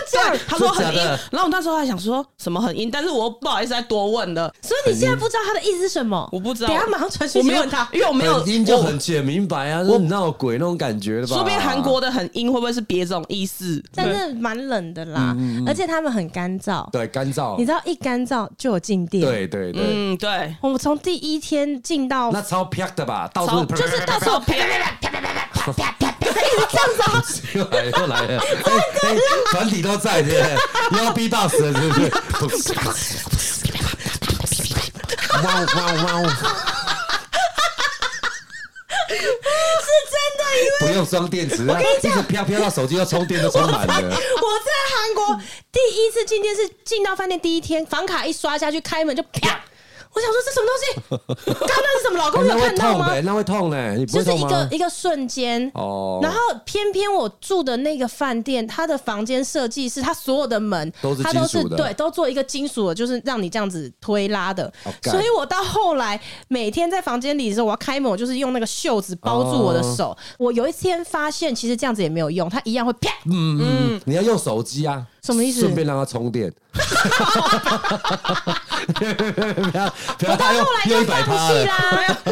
[SPEAKER 3] 对，
[SPEAKER 1] 哎
[SPEAKER 3] 他说很
[SPEAKER 2] 真
[SPEAKER 3] 阴
[SPEAKER 2] 的假的。
[SPEAKER 3] 然后我那时候还想说什么很阴，但是我不好意思再多问了，
[SPEAKER 1] 所以你现在不知道他的意思是什么？
[SPEAKER 3] 我不知道，
[SPEAKER 1] 等一下马上传
[SPEAKER 3] 我
[SPEAKER 1] 讯息
[SPEAKER 3] 没有
[SPEAKER 1] 问他，
[SPEAKER 3] 因为我没有
[SPEAKER 2] 很阴就
[SPEAKER 3] 我
[SPEAKER 2] 很简明白啊，就是你闹鬼那种感觉的吧？
[SPEAKER 3] 说不定韩国的很阴会不会是别种意思？
[SPEAKER 1] 但是蛮冷的啦，而且他们很干燥。
[SPEAKER 2] 嗯对干燥
[SPEAKER 1] 你，知道一干燥就有静电。，
[SPEAKER 2] 对对对，
[SPEAKER 3] 嗯，对。
[SPEAKER 1] 我们从第一天进到
[SPEAKER 2] 那超啪的吧，到
[SPEAKER 3] 超
[SPEAKER 2] 处
[SPEAKER 3] 就是到时候啪啪啪啪啪啪啪啪啪啪啪，
[SPEAKER 2] 又来了又来了，哎哎团体都在，对不对？又要 B box 了，是不是？哇哇哇！
[SPEAKER 1] 真
[SPEAKER 2] 不用装电池，它一直飘飘到手机要充电都充满了
[SPEAKER 1] 的，。我在韩国第一次进店是进到饭店第一天，房卡一刷下去，开门就啪。我想说这什么东西？刚刚那是什么？老公
[SPEAKER 2] 哎
[SPEAKER 1] 你
[SPEAKER 2] 那
[SPEAKER 1] 有
[SPEAKER 2] 会
[SPEAKER 1] 看到
[SPEAKER 2] 痛
[SPEAKER 1] 吗
[SPEAKER 2] 的，？那会痛的，你不
[SPEAKER 1] 就
[SPEAKER 2] 会
[SPEAKER 1] 是
[SPEAKER 2] 痛
[SPEAKER 1] 一个
[SPEAKER 2] 吗？
[SPEAKER 1] 一个瞬间。
[SPEAKER 2] 哦，
[SPEAKER 1] 然后偏偏我住的那个饭店，它的房间设计是它所有的门
[SPEAKER 2] 都是
[SPEAKER 1] 它都
[SPEAKER 2] 金
[SPEAKER 1] 是
[SPEAKER 2] 属的
[SPEAKER 1] 对，都做一个金属的，就是让你这样子推拉的。
[SPEAKER 2] 哦干
[SPEAKER 1] 所以我到后来每天在房间里的时候，我要开门，我就是用那个袖子包住我的手。
[SPEAKER 2] 哦
[SPEAKER 1] 我有一天发现，其实这样子也没有用，它一样会啪。
[SPEAKER 2] 嗯，你要用手机啊，
[SPEAKER 1] 什么意思
[SPEAKER 2] 顺便让它 充电。不要不要，
[SPEAKER 1] 我到
[SPEAKER 2] 它
[SPEAKER 1] 后
[SPEAKER 2] 又
[SPEAKER 1] 来
[SPEAKER 2] 哎又
[SPEAKER 1] 就
[SPEAKER 2] 一百
[SPEAKER 1] 放
[SPEAKER 2] 趴
[SPEAKER 1] 弃
[SPEAKER 2] 了。
[SPEAKER 1] 啦，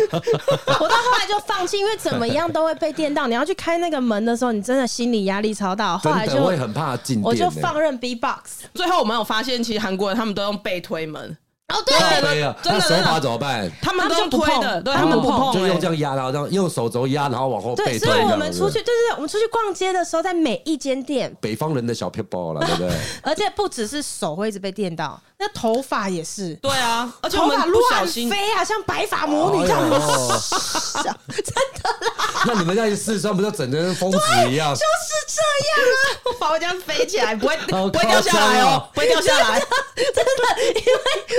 [SPEAKER 1] 我到后来就放弃，因为怎么样都会被电到。你要去开那个门的时候，你真的心理压力超大。后来
[SPEAKER 2] 真的
[SPEAKER 1] 就
[SPEAKER 2] 会很欸怕静
[SPEAKER 1] 我就
[SPEAKER 2] 电
[SPEAKER 1] 放
[SPEAKER 2] 的。
[SPEAKER 1] 任 B box。
[SPEAKER 3] 最后我们有发现，其实韩国人他们都用背推门，
[SPEAKER 1] 哦，对，
[SPEAKER 2] 对啊，
[SPEAKER 3] 真
[SPEAKER 2] 那
[SPEAKER 3] 的
[SPEAKER 2] 手
[SPEAKER 3] 真
[SPEAKER 2] 把
[SPEAKER 3] 的，
[SPEAKER 2] 怎么办？
[SPEAKER 3] 他们都
[SPEAKER 1] 他
[SPEAKER 3] 用
[SPEAKER 1] 们就不
[SPEAKER 3] 推
[SPEAKER 1] 碰
[SPEAKER 3] 的，对他们不碰、
[SPEAKER 2] 就用
[SPEAKER 3] 欸
[SPEAKER 2] 这样压，然后这样用手肘压，然后往后
[SPEAKER 1] 对，
[SPEAKER 2] 背。
[SPEAKER 1] 所以
[SPEAKER 2] 这样
[SPEAKER 1] 我们出去，对对
[SPEAKER 2] 子
[SPEAKER 1] 对，我们出去逛街的时候，在每一间店，
[SPEAKER 2] 北方人的小 people 了，对不 对？
[SPEAKER 1] 而且不只是手会一直被电到，那头发也是，
[SPEAKER 3] 对啊，而且我
[SPEAKER 1] 头
[SPEAKER 3] 们
[SPEAKER 1] 发
[SPEAKER 3] 不小
[SPEAKER 1] 乱
[SPEAKER 3] 心，
[SPEAKER 1] 飞啊，像白发魔女这样，
[SPEAKER 2] 哎呦
[SPEAKER 1] 真的啦，
[SPEAKER 2] 那你们在四川不是整跟疯子一样？
[SPEAKER 3] 就是这样啊！我把我这样飞起来，不会
[SPEAKER 2] 好
[SPEAKER 3] 不会掉下来
[SPEAKER 2] 夸张
[SPEAKER 3] 哦
[SPEAKER 2] 哦，
[SPEAKER 3] 不会掉下来。
[SPEAKER 1] 啊真的，因为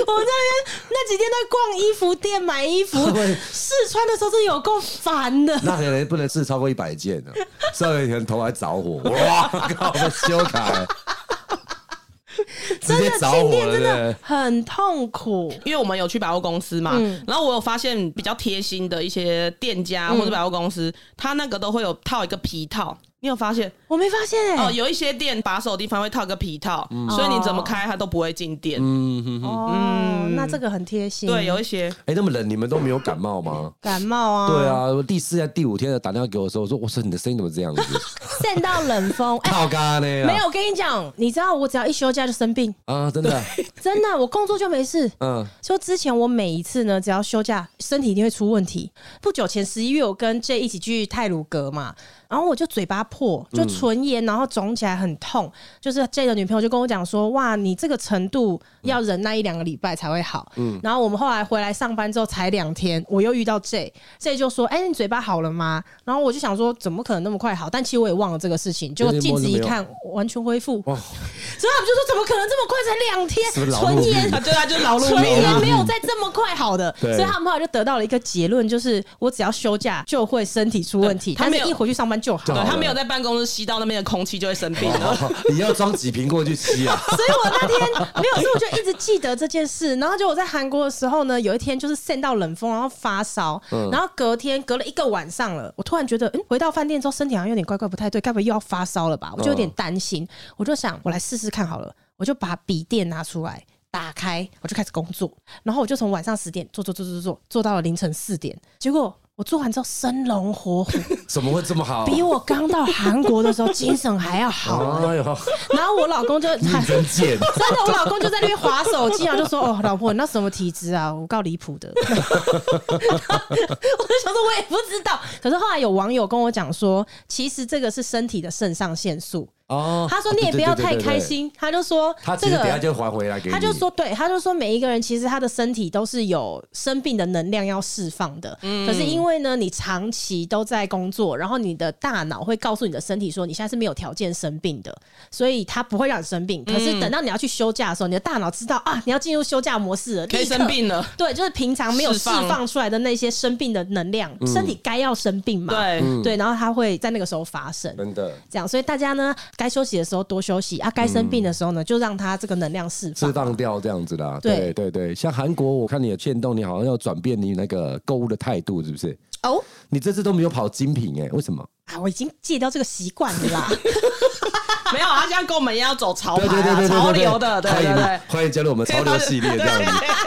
[SPEAKER 1] 我们在那边那几天在逛衣服店买衣服
[SPEAKER 2] 对，
[SPEAKER 1] 试穿的时候真的有够烦的。
[SPEAKER 2] 那可能不能试超过一百件呢、上面可能头还着火，哇靠！我修改，直
[SPEAKER 1] 真
[SPEAKER 2] 接
[SPEAKER 1] 的
[SPEAKER 2] 着
[SPEAKER 1] 进
[SPEAKER 2] 火
[SPEAKER 1] 店
[SPEAKER 2] 了，
[SPEAKER 1] 真
[SPEAKER 2] 对不对
[SPEAKER 1] 的？很痛苦。
[SPEAKER 3] 因为我们有去百货公司嘛，
[SPEAKER 1] 嗯
[SPEAKER 3] 然后我有发现比较贴心的一些店家或者百货公司，它那个都会有套一个皮套。你有发现
[SPEAKER 1] 我没发现
[SPEAKER 3] 哦？
[SPEAKER 1] 哎、
[SPEAKER 3] 有一些店把手的地方会套个皮套，所以你怎么开它都不会进店。
[SPEAKER 2] 嗯哼哼。
[SPEAKER 1] 哦，那这个很贴心。
[SPEAKER 3] 嗯对，有一些
[SPEAKER 2] 哎、那么冷，你们都没有感冒吗？
[SPEAKER 1] 感冒啊，
[SPEAKER 2] 对，啊，我第四天、第五天的打电话给我的时候，我说：“我说你的声音怎么这 样子？
[SPEAKER 1] 散到冷风。 哎、
[SPEAKER 2] 靠咖呢？
[SPEAKER 3] 啊
[SPEAKER 1] 没有，我跟你讲，你知道我只要一休假就生病，
[SPEAKER 2] 啊，真的，
[SPEAKER 1] 真的，我工作就没事。
[SPEAKER 2] 嗯，
[SPEAKER 1] 说之前我每一次呢，只要休假，身体一定会出问题。不久前十一月，我跟 J 一起去泰鲁阁嘛，然后我就嘴巴破，
[SPEAKER 2] 嗯
[SPEAKER 1] 就唇炎，然后肿起来很痛。就是 J 的女朋友就跟我讲说，哇，你这个程度要忍耐一两个礼拜才会好。
[SPEAKER 2] 嗯
[SPEAKER 1] 然后我们后来回来上班之后才两天，我又遇到 J，J 就说，哎、你嘴巴好了吗？然后我就想说，怎么可能那么快好？但其实我也忘了这个事情，结果
[SPEAKER 2] 有点
[SPEAKER 1] 镜
[SPEAKER 2] 摸
[SPEAKER 1] 子一
[SPEAKER 2] 着没有
[SPEAKER 1] 看，完全恢复。
[SPEAKER 2] 哇，
[SPEAKER 1] 所以他们就说，怎么可能这么快？才两
[SPEAKER 2] 是不是
[SPEAKER 1] 天，
[SPEAKER 2] 劳碌
[SPEAKER 1] 唇炎
[SPEAKER 2] 命
[SPEAKER 3] 啊，对啊，就劳碌
[SPEAKER 1] 纯
[SPEAKER 3] 命
[SPEAKER 1] 也
[SPEAKER 3] 啊。
[SPEAKER 1] 没有再这么快好的，
[SPEAKER 2] 对
[SPEAKER 1] 所以他们后来就得到了一个结论，就是我只要休假就会身体出问题，
[SPEAKER 3] 对他
[SPEAKER 1] 但
[SPEAKER 3] 没
[SPEAKER 1] 是
[SPEAKER 3] 有
[SPEAKER 1] 一回去上班就好。
[SPEAKER 2] 就
[SPEAKER 3] 对
[SPEAKER 2] 好
[SPEAKER 3] 他
[SPEAKER 2] 了
[SPEAKER 3] 没有在办公室吸到那边的空气就会生病了。
[SPEAKER 2] 哦你要装几瓶过去吸啊？
[SPEAKER 1] 所以我那天没有，所以我就一直记得这件事。然后就我在韩国的时候呢，有一天就是晒到冷风，然后发烧，然后隔天隔了一个晚上了，我突然觉得，嗯，回到饭店之后身体好像有点怪怪不太对，该不会又要发烧了吧？我就有点担心，我就想我来试试看好了，我就把笔电拿出来。打开，我就开始工作，然后我就从晚上十点做做做做做做到了凌晨四点，结果我做完之后生龙活虎，
[SPEAKER 2] 怎么会这么好？
[SPEAKER 1] 比我刚到韩国的时候精神还要好。
[SPEAKER 2] 哎呦，
[SPEAKER 1] 然后我老公就
[SPEAKER 2] 你真
[SPEAKER 1] 真
[SPEAKER 2] 贱！
[SPEAKER 1] 的，我老公就在那边划手机啊，就说：“哦，老婆，你那什么体质啊？我告离谱的。” 我就想说，我也不知道。可是后来有网友跟我讲说，其实这个是身体的肾上腺素。
[SPEAKER 2] 哦，
[SPEAKER 1] 他说你也不要太开
[SPEAKER 2] 对。对对对对
[SPEAKER 1] 心，他就说
[SPEAKER 2] 他其
[SPEAKER 1] 这
[SPEAKER 2] 实等一下
[SPEAKER 1] 个。
[SPEAKER 2] 就还回来给你。
[SPEAKER 1] 他就说，对，他就说，每一个人其实他的身体都是有生病的能量要释放的，
[SPEAKER 3] 嗯
[SPEAKER 1] 可是因为呢，你长期都在工作，然后你的大脑会告诉你的身体说，你现在是没有条件生病的，所以它不会让你生
[SPEAKER 3] 嗯
[SPEAKER 1] 病。可是等到你要去休假的时候，你的大脑知道啊，你要进入休假模式了，
[SPEAKER 3] 可以
[SPEAKER 1] 立刻
[SPEAKER 3] 生。病了，
[SPEAKER 1] 对，就是平常没有释
[SPEAKER 3] 释放
[SPEAKER 1] 放出来的那些生病的能量，身体该要生病嘛？
[SPEAKER 3] 嗯 对嗯
[SPEAKER 1] 对，然后它会在那个时候发生。
[SPEAKER 2] 真的
[SPEAKER 1] 这样，所以大家呢，该休息的时候多休息啊，该生病的时候呢，就让他这个能量释放
[SPEAKER 2] 释。放掉这样子啦。
[SPEAKER 1] 对
[SPEAKER 2] 对对对，像韩国，我看你的欠动，你好像要转变你那个购物的态度，是不是？
[SPEAKER 1] 哦，
[SPEAKER 2] 你这次都没有跑精品哎、为什么？
[SPEAKER 1] 啊，我已经戒掉这个习惯了啦。
[SPEAKER 3] 没有，他现在跟我们一样要走
[SPEAKER 1] 哦
[SPEAKER 3] 潮
[SPEAKER 2] 对
[SPEAKER 3] 牌
[SPEAKER 2] 对对对
[SPEAKER 3] 啊，
[SPEAKER 2] 对对对
[SPEAKER 3] 潮流的，对
[SPEAKER 2] 欢
[SPEAKER 3] 对
[SPEAKER 2] 迎
[SPEAKER 3] 对。
[SPEAKER 2] 欢迎加入我们 潮流系列这样子。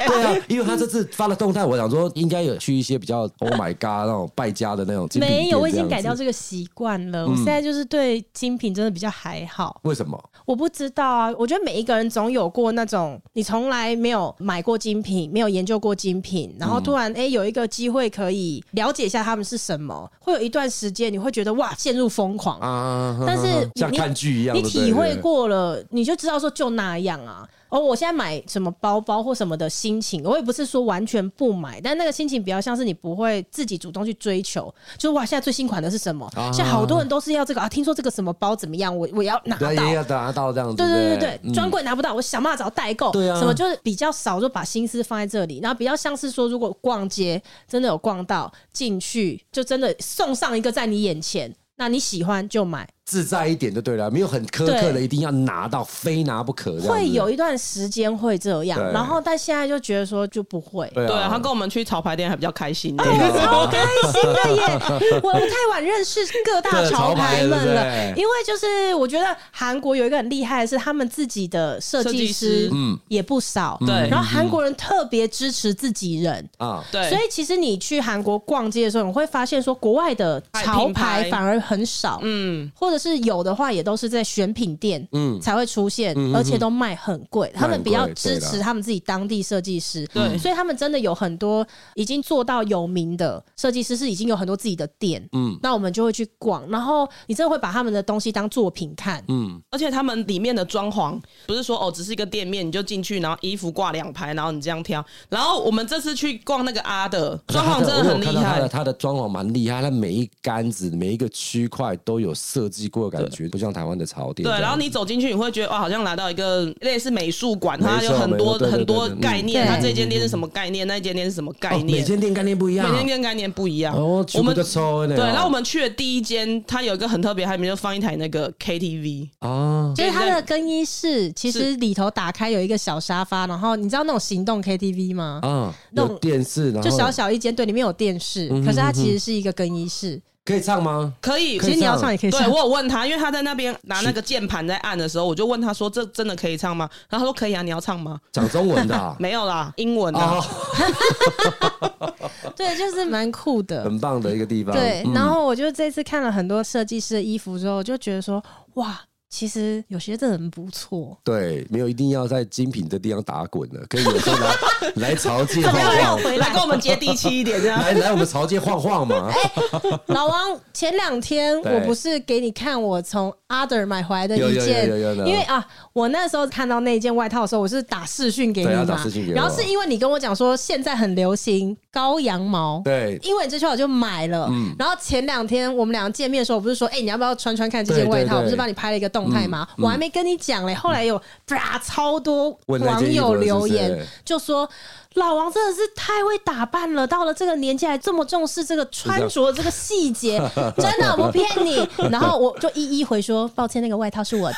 [SPEAKER 2] 对啊，因为他这次发了动态，我想说应该有去一些比较 Oh my God 那种败家的那种 精品店
[SPEAKER 1] 没有，我已经
[SPEAKER 2] 这样
[SPEAKER 1] 改
[SPEAKER 2] 子嗯
[SPEAKER 1] 掉这个习惯了。我现在就是对精品真的比较还好。
[SPEAKER 2] 为什么？
[SPEAKER 1] 我不知道啊，我觉得每一个人总有过那种你从来没有买过精品，没有研究过精品，
[SPEAKER 2] 嗯
[SPEAKER 1] 然后突然哎、诶有一个机会可以了解一下他们是什么，会有一段时间你会觉得哇陷入疯狂
[SPEAKER 2] 啊，
[SPEAKER 1] 但是
[SPEAKER 2] 像
[SPEAKER 1] 你
[SPEAKER 2] 看剧一样，
[SPEAKER 1] 你
[SPEAKER 2] 对不对
[SPEAKER 1] 体会，过了，你就知道说就那样啊。哦，我现在买什么包包或什么的心情，我也不是说完全不买，但那个心情比较像是你不会自己主动去追求，就是哇，现在最新款的是什么？
[SPEAKER 2] 啊
[SPEAKER 1] 现在好多人都是要这个啊，听说这个什么包怎么样，我我要拿
[SPEAKER 2] 对
[SPEAKER 1] 到。
[SPEAKER 2] 对对，也要达到这样子。
[SPEAKER 1] 对
[SPEAKER 2] 对
[SPEAKER 1] 对
[SPEAKER 2] 不
[SPEAKER 1] 对对，
[SPEAKER 2] 嗯
[SPEAKER 1] 专柜拿不到，我想办法找代购。
[SPEAKER 2] 对啊
[SPEAKER 1] 什么就是比较少，就把心思放在这里，然后比较像是说，如果逛街真的有逛到进去，就真的送上一个在你眼前，那你喜欢就买。
[SPEAKER 2] 自在一点就对了，没有很苛刻的，
[SPEAKER 1] 对
[SPEAKER 2] 一定要拿到，非拿不可。这样子
[SPEAKER 1] 会有一段时间会这样，
[SPEAKER 2] 对
[SPEAKER 1] 然后但现在就觉得说就不会。
[SPEAKER 2] 对
[SPEAKER 3] 对啊，
[SPEAKER 2] 啊，
[SPEAKER 3] 他跟我们去潮牌店还比较开心的。
[SPEAKER 1] 我超开心的耶！我太晚认识各大潮牌们
[SPEAKER 2] 各大
[SPEAKER 1] 了
[SPEAKER 2] 潮牌对，不对
[SPEAKER 1] 因为就是我觉得韩国有一个很厉害的是，他们自己的设计
[SPEAKER 3] 设计
[SPEAKER 1] 师
[SPEAKER 3] 师
[SPEAKER 1] 嗯也不少，
[SPEAKER 3] 对
[SPEAKER 1] 然后韩国人特别支持自己人，
[SPEAKER 2] 啊，
[SPEAKER 3] 对，
[SPEAKER 1] 所以其实你去韩国逛街的时候，你会发现说国外的潮牌反而很少，嗯，或者个是有的话，也都是在选品店
[SPEAKER 2] 嗯，
[SPEAKER 1] 才会出现，
[SPEAKER 2] 嗯嗯嗯
[SPEAKER 1] 而且都卖很贵。他们比较支
[SPEAKER 2] 对
[SPEAKER 1] 持
[SPEAKER 2] 啦
[SPEAKER 1] 他们自己当地设计师，
[SPEAKER 3] 对
[SPEAKER 1] 所以他们真的有很多已经做到有名的设计师，是已经有很多自己的店。
[SPEAKER 2] 嗯
[SPEAKER 1] 那我们就会去逛，然后你真的会把他们的东西当作品看。
[SPEAKER 2] 嗯，
[SPEAKER 3] 而且他们里面的装潢不是说哦，只是一个店面，你就进去，然后衣服挂两排，然后你这样挑。然后我们这次去逛那个阿的装潢真的很
[SPEAKER 2] 我有看
[SPEAKER 3] 厉
[SPEAKER 2] 到他的
[SPEAKER 3] 害，
[SPEAKER 2] 他的装潢蛮厉害，他每一杆子每一个区块都有设计过的感觉，不像台湾的潮店
[SPEAKER 3] 对
[SPEAKER 2] 这样。。
[SPEAKER 3] 然后你走进去，你会觉得哇，好像来到一个类似美术馆，
[SPEAKER 2] 没错
[SPEAKER 3] 它有很多
[SPEAKER 2] 没错对对
[SPEAKER 3] 很多
[SPEAKER 2] 对对
[SPEAKER 3] 概
[SPEAKER 1] 嗯
[SPEAKER 3] 念，它这间店是什么概念，那间店是什么概
[SPEAKER 2] 哦每
[SPEAKER 3] 念，
[SPEAKER 2] 间店概念不一样
[SPEAKER 3] 每
[SPEAKER 2] 啊，
[SPEAKER 3] 间店概念不一样。
[SPEAKER 2] 哦，
[SPEAKER 3] 我
[SPEAKER 2] 我
[SPEAKER 3] 们
[SPEAKER 2] 们就抽呢。
[SPEAKER 3] 对，然后我们去的第一间，它有一个很特别，它里面就放一台那个 KTV，
[SPEAKER 2] 啊，
[SPEAKER 1] 就是它的更衣室，其实里头打开有一个小沙发，然后你知道那种行动 KTV 吗？
[SPEAKER 2] 啊，
[SPEAKER 1] 那
[SPEAKER 2] 有
[SPEAKER 1] 种
[SPEAKER 2] 电视，然后嗯
[SPEAKER 1] 就小小一间，对，里面有电视，可是它其实是一个更衣室。
[SPEAKER 2] 可以唱吗？
[SPEAKER 3] 可以。
[SPEAKER 1] 其实你要唱也可以唱
[SPEAKER 3] 对，，我有问他，因为他在那边拿那个键盘在按的时候，我就问他说：“这真的可以唱吗？”然后他说：“可以啊，你要唱吗
[SPEAKER 2] 讲中文的啊？”
[SPEAKER 3] 没有啦，英文啊。
[SPEAKER 2] 哦，
[SPEAKER 1] 对，就是蛮酷的。
[SPEAKER 2] 很棒的一个地方。
[SPEAKER 1] 对，
[SPEAKER 2] 嗯
[SPEAKER 1] 然后我就这次看了很多设计师的衣服之后，我就觉得说，哇，其实有些真的很不错。
[SPEAKER 2] 对，没有一定要在精品这地方打滚的，可以有时候来 来潮界晃
[SPEAKER 1] 没有
[SPEAKER 2] 晃，
[SPEAKER 1] 回
[SPEAKER 3] 来
[SPEAKER 1] 来
[SPEAKER 3] 跟我们接地气一点， 这样。
[SPEAKER 2] 来来我们潮界晃晃 嘛。
[SPEAKER 3] 哎
[SPEAKER 1] 老王，前两天
[SPEAKER 2] 对
[SPEAKER 1] 我不是给你看我从 Other 买回来的
[SPEAKER 2] 有
[SPEAKER 1] 一
[SPEAKER 2] 有有
[SPEAKER 1] 件，
[SPEAKER 2] 有有有
[SPEAKER 1] 因为啊，我那时候看到那件外套的时候，我是打视讯给你
[SPEAKER 2] 对啊
[SPEAKER 1] 嘛，
[SPEAKER 2] 打视讯给我
[SPEAKER 1] 然后是因为你跟我讲说现在很流行高羊毛，
[SPEAKER 2] 对
[SPEAKER 1] 因为这句话我就买了。
[SPEAKER 2] 嗯
[SPEAKER 1] 然后前两天我们两个见面的时候，我不是说，哎、你要不要穿穿看这件
[SPEAKER 2] 对
[SPEAKER 1] 外
[SPEAKER 2] 对
[SPEAKER 1] 套？我不是
[SPEAKER 2] 对嗯
[SPEAKER 1] 帮你拍了一个动态吗？我还没跟你讲嘞，后来有啪、超多
[SPEAKER 2] 问那件
[SPEAKER 1] 网
[SPEAKER 2] 衣服
[SPEAKER 1] 友
[SPEAKER 2] 了是
[SPEAKER 1] 留
[SPEAKER 2] 不嗯是
[SPEAKER 1] 言，就说老王真的是太会打扮了，到了这个年纪还这么重视这个穿着这个细节， 真的我不骗你。然后我就一一回说，抱歉，那个外套是我 的。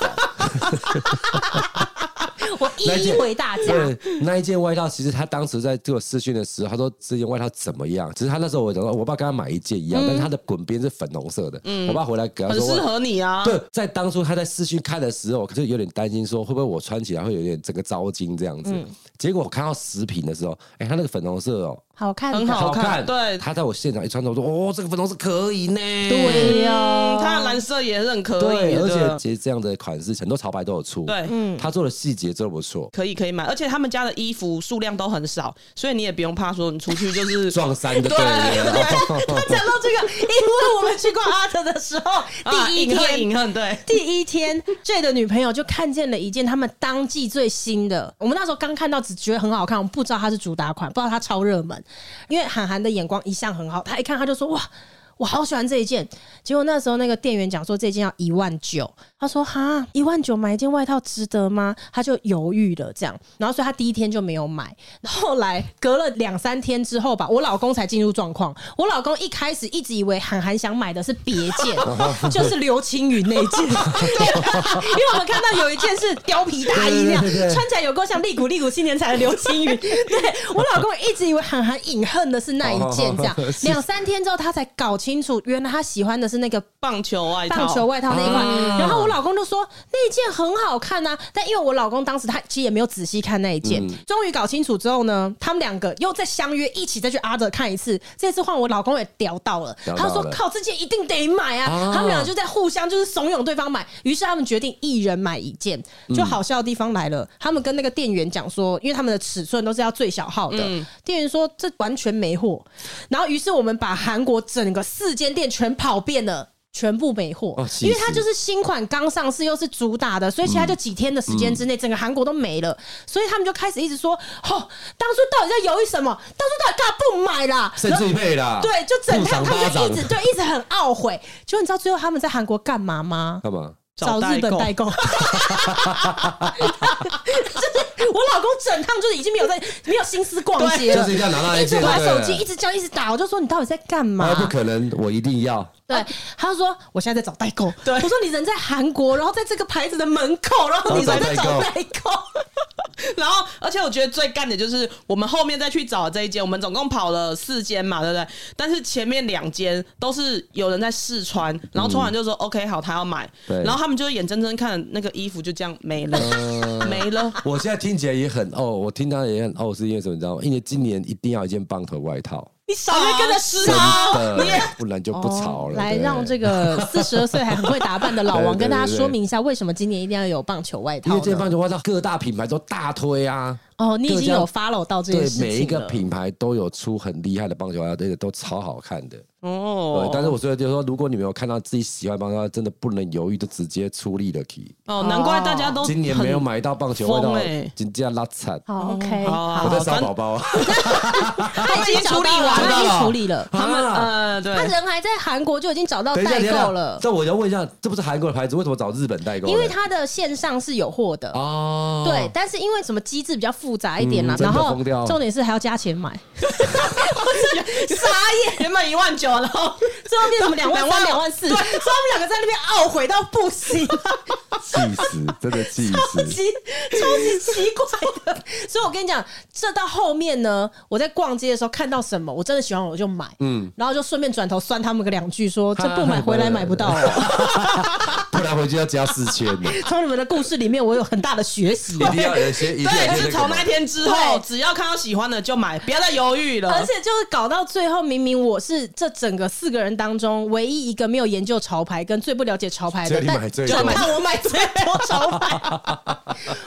[SPEAKER 1] 我
[SPEAKER 2] 那
[SPEAKER 1] 一一
[SPEAKER 2] 件
[SPEAKER 1] 回大家，
[SPEAKER 2] 对，那一件外套，其实他当时在做试训的时候，他说这件外套怎么样？其实他那时候我讲说，我爸跟他买一件一样，但是他的滚边是粉红色的。我爸回来给他
[SPEAKER 3] 很
[SPEAKER 2] 说，
[SPEAKER 3] 适合你啊！
[SPEAKER 2] 对，在当初他在试训看的时候，就有点担心说会不会我穿起来会有点整个糟心这样子。
[SPEAKER 1] 嗯
[SPEAKER 2] 结果我看到食品的时候，哎、他那个粉红色哦，
[SPEAKER 1] 好看吧，
[SPEAKER 3] 很好看对
[SPEAKER 2] 他在我现场一穿着，我说哦，这个粉红色可以呢。
[SPEAKER 1] 对呀、
[SPEAKER 3] 嗯，
[SPEAKER 2] 哦
[SPEAKER 3] 它的蓝色也是很可以
[SPEAKER 2] 对，
[SPEAKER 3] 的，
[SPEAKER 2] 而且其实这样的款式很多潮牌都有出，
[SPEAKER 3] 对，
[SPEAKER 2] 他做的细节真的不错，
[SPEAKER 3] 可以可以买。而且他们家的衣服数量都很少，所以你也不用怕说你出去就 是
[SPEAKER 2] 撞衫就对了。哦
[SPEAKER 1] 他讲到这个，因为我们去逛阿德的时候，
[SPEAKER 3] 啊
[SPEAKER 1] 第一
[SPEAKER 3] 隐恨
[SPEAKER 1] 天。
[SPEAKER 3] 隐恨，对，
[SPEAKER 1] 第一天，J 的女朋友就看见了一件他们当季最新的。我们那时候刚看到，只觉得很好看，我们不知道它是主打款，不知道它超热门。因为韩寒的眼光一向很好，他一看他就说：“哇，我好喜欢这一件。”结果那时候那个店员讲说这件要一万九，他说：“哈，一万九买一件外套值得吗？”他就犹豫了，这样。然后所以他第一天就没有买。 后来隔了两三天之后吧，我老公才进入状况。我老公一开始一直以为韩寒想买的是别 件，就是刘青云那一件， 对，啊因为我们看到有一件是貂皮大衣那样，
[SPEAKER 2] 对对对对
[SPEAKER 1] 穿起来有够像利古利古新年才的刘青云。对我老公一直以为韩寒隐恨的是那一件，这样
[SPEAKER 2] 哦是
[SPEAKER 1] 两三天之后他才搞清楚，原来他喜欢的是那个
[SPEAKER 3] 棒球外套，
[SPEAKER 1] 棒球外套那一款。
[SPEAKER 2] 啊
[SPEAKER 1] 然后我老公就说那一件很好看呐、但因为我老公当时他其实也没有仔细看那一件，
[SPEAKER 2] 嗯
[SPEAKER 1] 终于搞清楚之后呢，他们两个又再相约一起再去阿德看一次。这次换我老公也屌到了，
[SPEAKER 2] 屌到
[SPEAKER 1] 他
[SPEAKER 2] 了
[SPEAKER 1] 说靠，这件一定得买啊！
[SPEAKER 2] 啊
[SPEAKER 1] 他们俩就在互相就是怂恿对方买，于是他们决定一人买一件。
[SPEAKER 2] 嗯
[SPEAKER 1] 就好笑的地方来了，他们跟那个店员讲说，因为他们的尺寸都是要最小号的，
[SPEAKER 2] 嗯
[SPEAKER 1] 店员说这完全没货。然后于是我们把韩国整个四间店全跑遍了。全部没货，
[SPEAKER 2] 哦气
[SPEAKER 1] 因为它
[SPEAKER 2] 死
[SPEAKER 1] 就是新款刚上市，又是主打的，所以其实它就几天的时
[SPEAKER 2] 嗯
[SPEAKER 1] 间之内，整个韩国都没了，所以他们就开始一直说：“哦，当初到底在犹豫什么？当初到底干嘛不买啦？”
[SPEAKER 2] 甚至一倍啦，
[SPEAKER 1] 对，就整
[SPEAKER 2] 部
[SPEAKER 1] 他
[SPEAKER 2] 长
[SPEAKER 1] 他
[SPEAKER 2] 啊
[SPEAKER 1] 们就
[SPEAKER 2] 巴掌
[SPEAKER 1] 一直对一直很懊悔。就你知道最后他们在韩国干嘛吗？
[SPEAKER 2] 干嘛？
[SPEAKER 1] 找日本代购。 就是我老公整趟就是已经没有在没有心思逛街
[SPEAKER 2] 就
[SPEAKER 1] 了
[SPEAKER 2] 是一，定要拿到那
[SPEAKER 1] 一
[SPEAKER 2] 一
[SPEAKER 1] 直
[SPEAKER 2] 件，
[SPEAKER 1] 玩
[SPEAKER 2] 对
[SPEAKER 1] 手
[SPEAKER 2] 不
[SPEAKER 1] 机，
[SPEAKER 2] 对
[SPEAKER 1] 一直叫，一直打。我就说你到底在干嘛
[SPEAKER 2] 啊，？不可能，我一定要。
[SPEAKER 1] 对，他就说我现在在找代购。
[SPEAKER 3] 对
[SPEAKER 1] 我说你人在韩国，然后在这个牌子的门口，然后你说在找
[SPEAKER 2] 然后
[SPEAKER 1] 代
[SPEAKER 2] 找
[SPEAKER 1] 购，
[SPEAKER 3] 然后，而且我觉得最干的就是我们后面再去找这一间，我们总共跑了四间嘛，对不对？但是前面两间都是有人在试穿，然后穿完就说、OK 好，他要买，
[SPEAKER 2] 嗯对
[SPEAKER 3] 然后他们就眼睁睁看那个衣服就这样没了，
[SPEAKER 2] 嗯
[SPEAKER 3] 没了。
[SPEAKER 2] 我现在听起来也很哦，我听他也很哦，是因为什么？你知道吗？因为今年一定要一件棒头外套。
[SPEAKER 1] 你少在跟着吃
[SPEAKER 2] 真
[SPEAKER 1] 它。
[SPEAKER 2] 的，不然就不吵
[SPEAKER 1] 哦
[SPEAKER 2] 了。
[SPEAKER 1] 来
[SPEAKER 2] 对
[SPEAKER 1] 让这个四十二岁还很会打扮的老王
[SPEAKER 2] 对对对
[SPEAKER 1] 跟大家说明一下，为什么今年一定要有棒球外
[SPEAKER 2] 因
[SPEAKER 1] 套
[SPEAKER 2] 为这
[SPEAKER 1] 呢？
[SPEAKER 2] 棒球外套各大品牌都大推啊，
[SPEAKER 1] 哦，你已经有
[SPEAKER 2] 各
[SPEAKER 1] follow 到这件
[SPEAKER 2] 对
[SPEAKER 1] 事情
[SPEAKER 2] 每一个
[SPEAKER 1] 了
[SPEAKER 2] 品牌都有出很厉害的棒球外套，而且都超好看的。
[SPEAKER 3] 哦
[SPEAKER 2] 对，，但是我所以就说，如果你没有看到自己喜欢的棒球，真的不能犹豫，就直接出力了。去
[SPEAKER 3] 哦，难怪大家都
[SPEAKER 2] 啊今年
[SPEAKER 3] 很
[SPEAKER 2] 没有买到棒球外
[SPEAKER 3] 疯
[SPEAKER 2] 套
[SPEAKER 3] 欸，
[SPEAKER 2] 今天拉惨。
[SPEAKER 1] 好 OK，
[SPEAKER 3] 好啊
[SPEAKER 2] 我
[SPEAKER 1] 好
[SPEAKER 2] 在，杀宝宝啊，
[SPEAKER 1] 他已经找
[SPEAKER 3] 处理
[SPEAKER 1] 到了
[SPEAKER 3] 完
[SPEAKER 1] 他已经
[SPEAKER 2] 了
[SPEAKER 1] 处理了。
[SPEAKER 3] 他们
[SPEAKER 2] 啊
[SPEAKER 3] 呃，对
[SPEAKER 1] 他，人还在韩国就已经找到
[SPEAKER 2] 等一下，
[SPEAKER 1] 代
[SPEAKER 2] 等一
[SPEAKER 1] 购
[SPEAKER 2] 下
[SPEAKER 1] 了，，
[SPEAKER 2] 这我要问一下，这不是韩国的牌子，为什么找日本代购呢？
[SPEAKER 1] 因为他的线上是有货的。
[SPEAKER 2] 哦，
[SPEAKER 1] 对，，但是因为什么机制比较复杂一点啦，
[SPEAKER 2] 嗯真
[SPEAKER 1] 然
[SPEAKER 2] 的
[SPEAKER 1] 后
[SPEAKER 2] 疯掉
[SPEAKER 1] 重点是还要加钱买，
[SPEAKER 3] 傻眼，原本一万九，然后
[SPEAKER 1] 最后变成什么两万三、
[SPEAKER 3] 两
[SPEAKER 1] 两
[SPEAKER 3] 万
[SPEAKER 1] 万四，所以
[SPEAKER 2] 啊
[SPEAKER 1] 他们两个在那边懊悔到不行，
[SPEAKER 2] 气死，真的 气
[SPEAKER 1] 超
[SPEAKER 2] 死。
[SPEAKER 1] 级超级奇怪的。所以我跟你讲，这到后面呢，我在逛街的时候看到什么，我真的喜欢我就买，嗯，然后就顺便转头酸他们个两句说这不买回来买不到 哦。
[SPEAKER 2] 不然回去要加四千 呢。
[SPEAKER 1] 从你们的故事里面，我有很大的学习。
[SPEAKER 2] 一定要有一些，一定要有一
[SPEAKER 3] 对，
[SPEAKER 2] 些
[SPEAKER 3] 是
[SPEAKER 2] 个
[SPEAKER 3] 从那天之后，
[SPEAKER 1] 对
[SPEAKER 3] 只要看到喜欢的就买，不要再犹豫了
[SPEAKER 1] 而。且就是搞到最后，明明我是这整个四个人当中唯一一个没有研究潮牌跟最不了解潮牌
[SPEAKER 2] 所
[SPEAKER 1] 的
[SPEAKER 2] 以，你买
[SPEAKER 1] 但
[SPEAKER 2] 最
[SPEAKER 1] 就
[SPEAKER 2] 多
[SPEAKER 1] 看我买最多潮牌，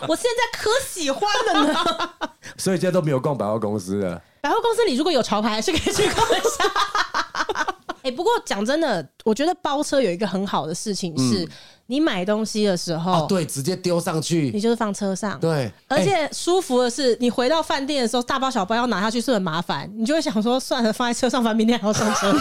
[SPEAKER 1] 我现在可喜欢了呢。
[SPEAKER 2] 所以现在都没有逛百货公司了。
[SPEAKER 1] 百货公司里如果有潮牌，还是可以去逛一下。 哎、不过讲真的，我觉得包车有一个很好的事情是，你买东西的时候，
[SPEAKER 2] 哦，对，直接丢上
[SPEAKER 1] 你
[SPEAKER 2] 去，
[SPEAKER 1] 就是放车上，
[SPEAKER 2] 对
[SPEAKER 1] 而且舒服的是，你回到饭店的时候，大包小包要拿下去是很麻烦，你就会想说，算了，放在车上，反正明天还要上 车。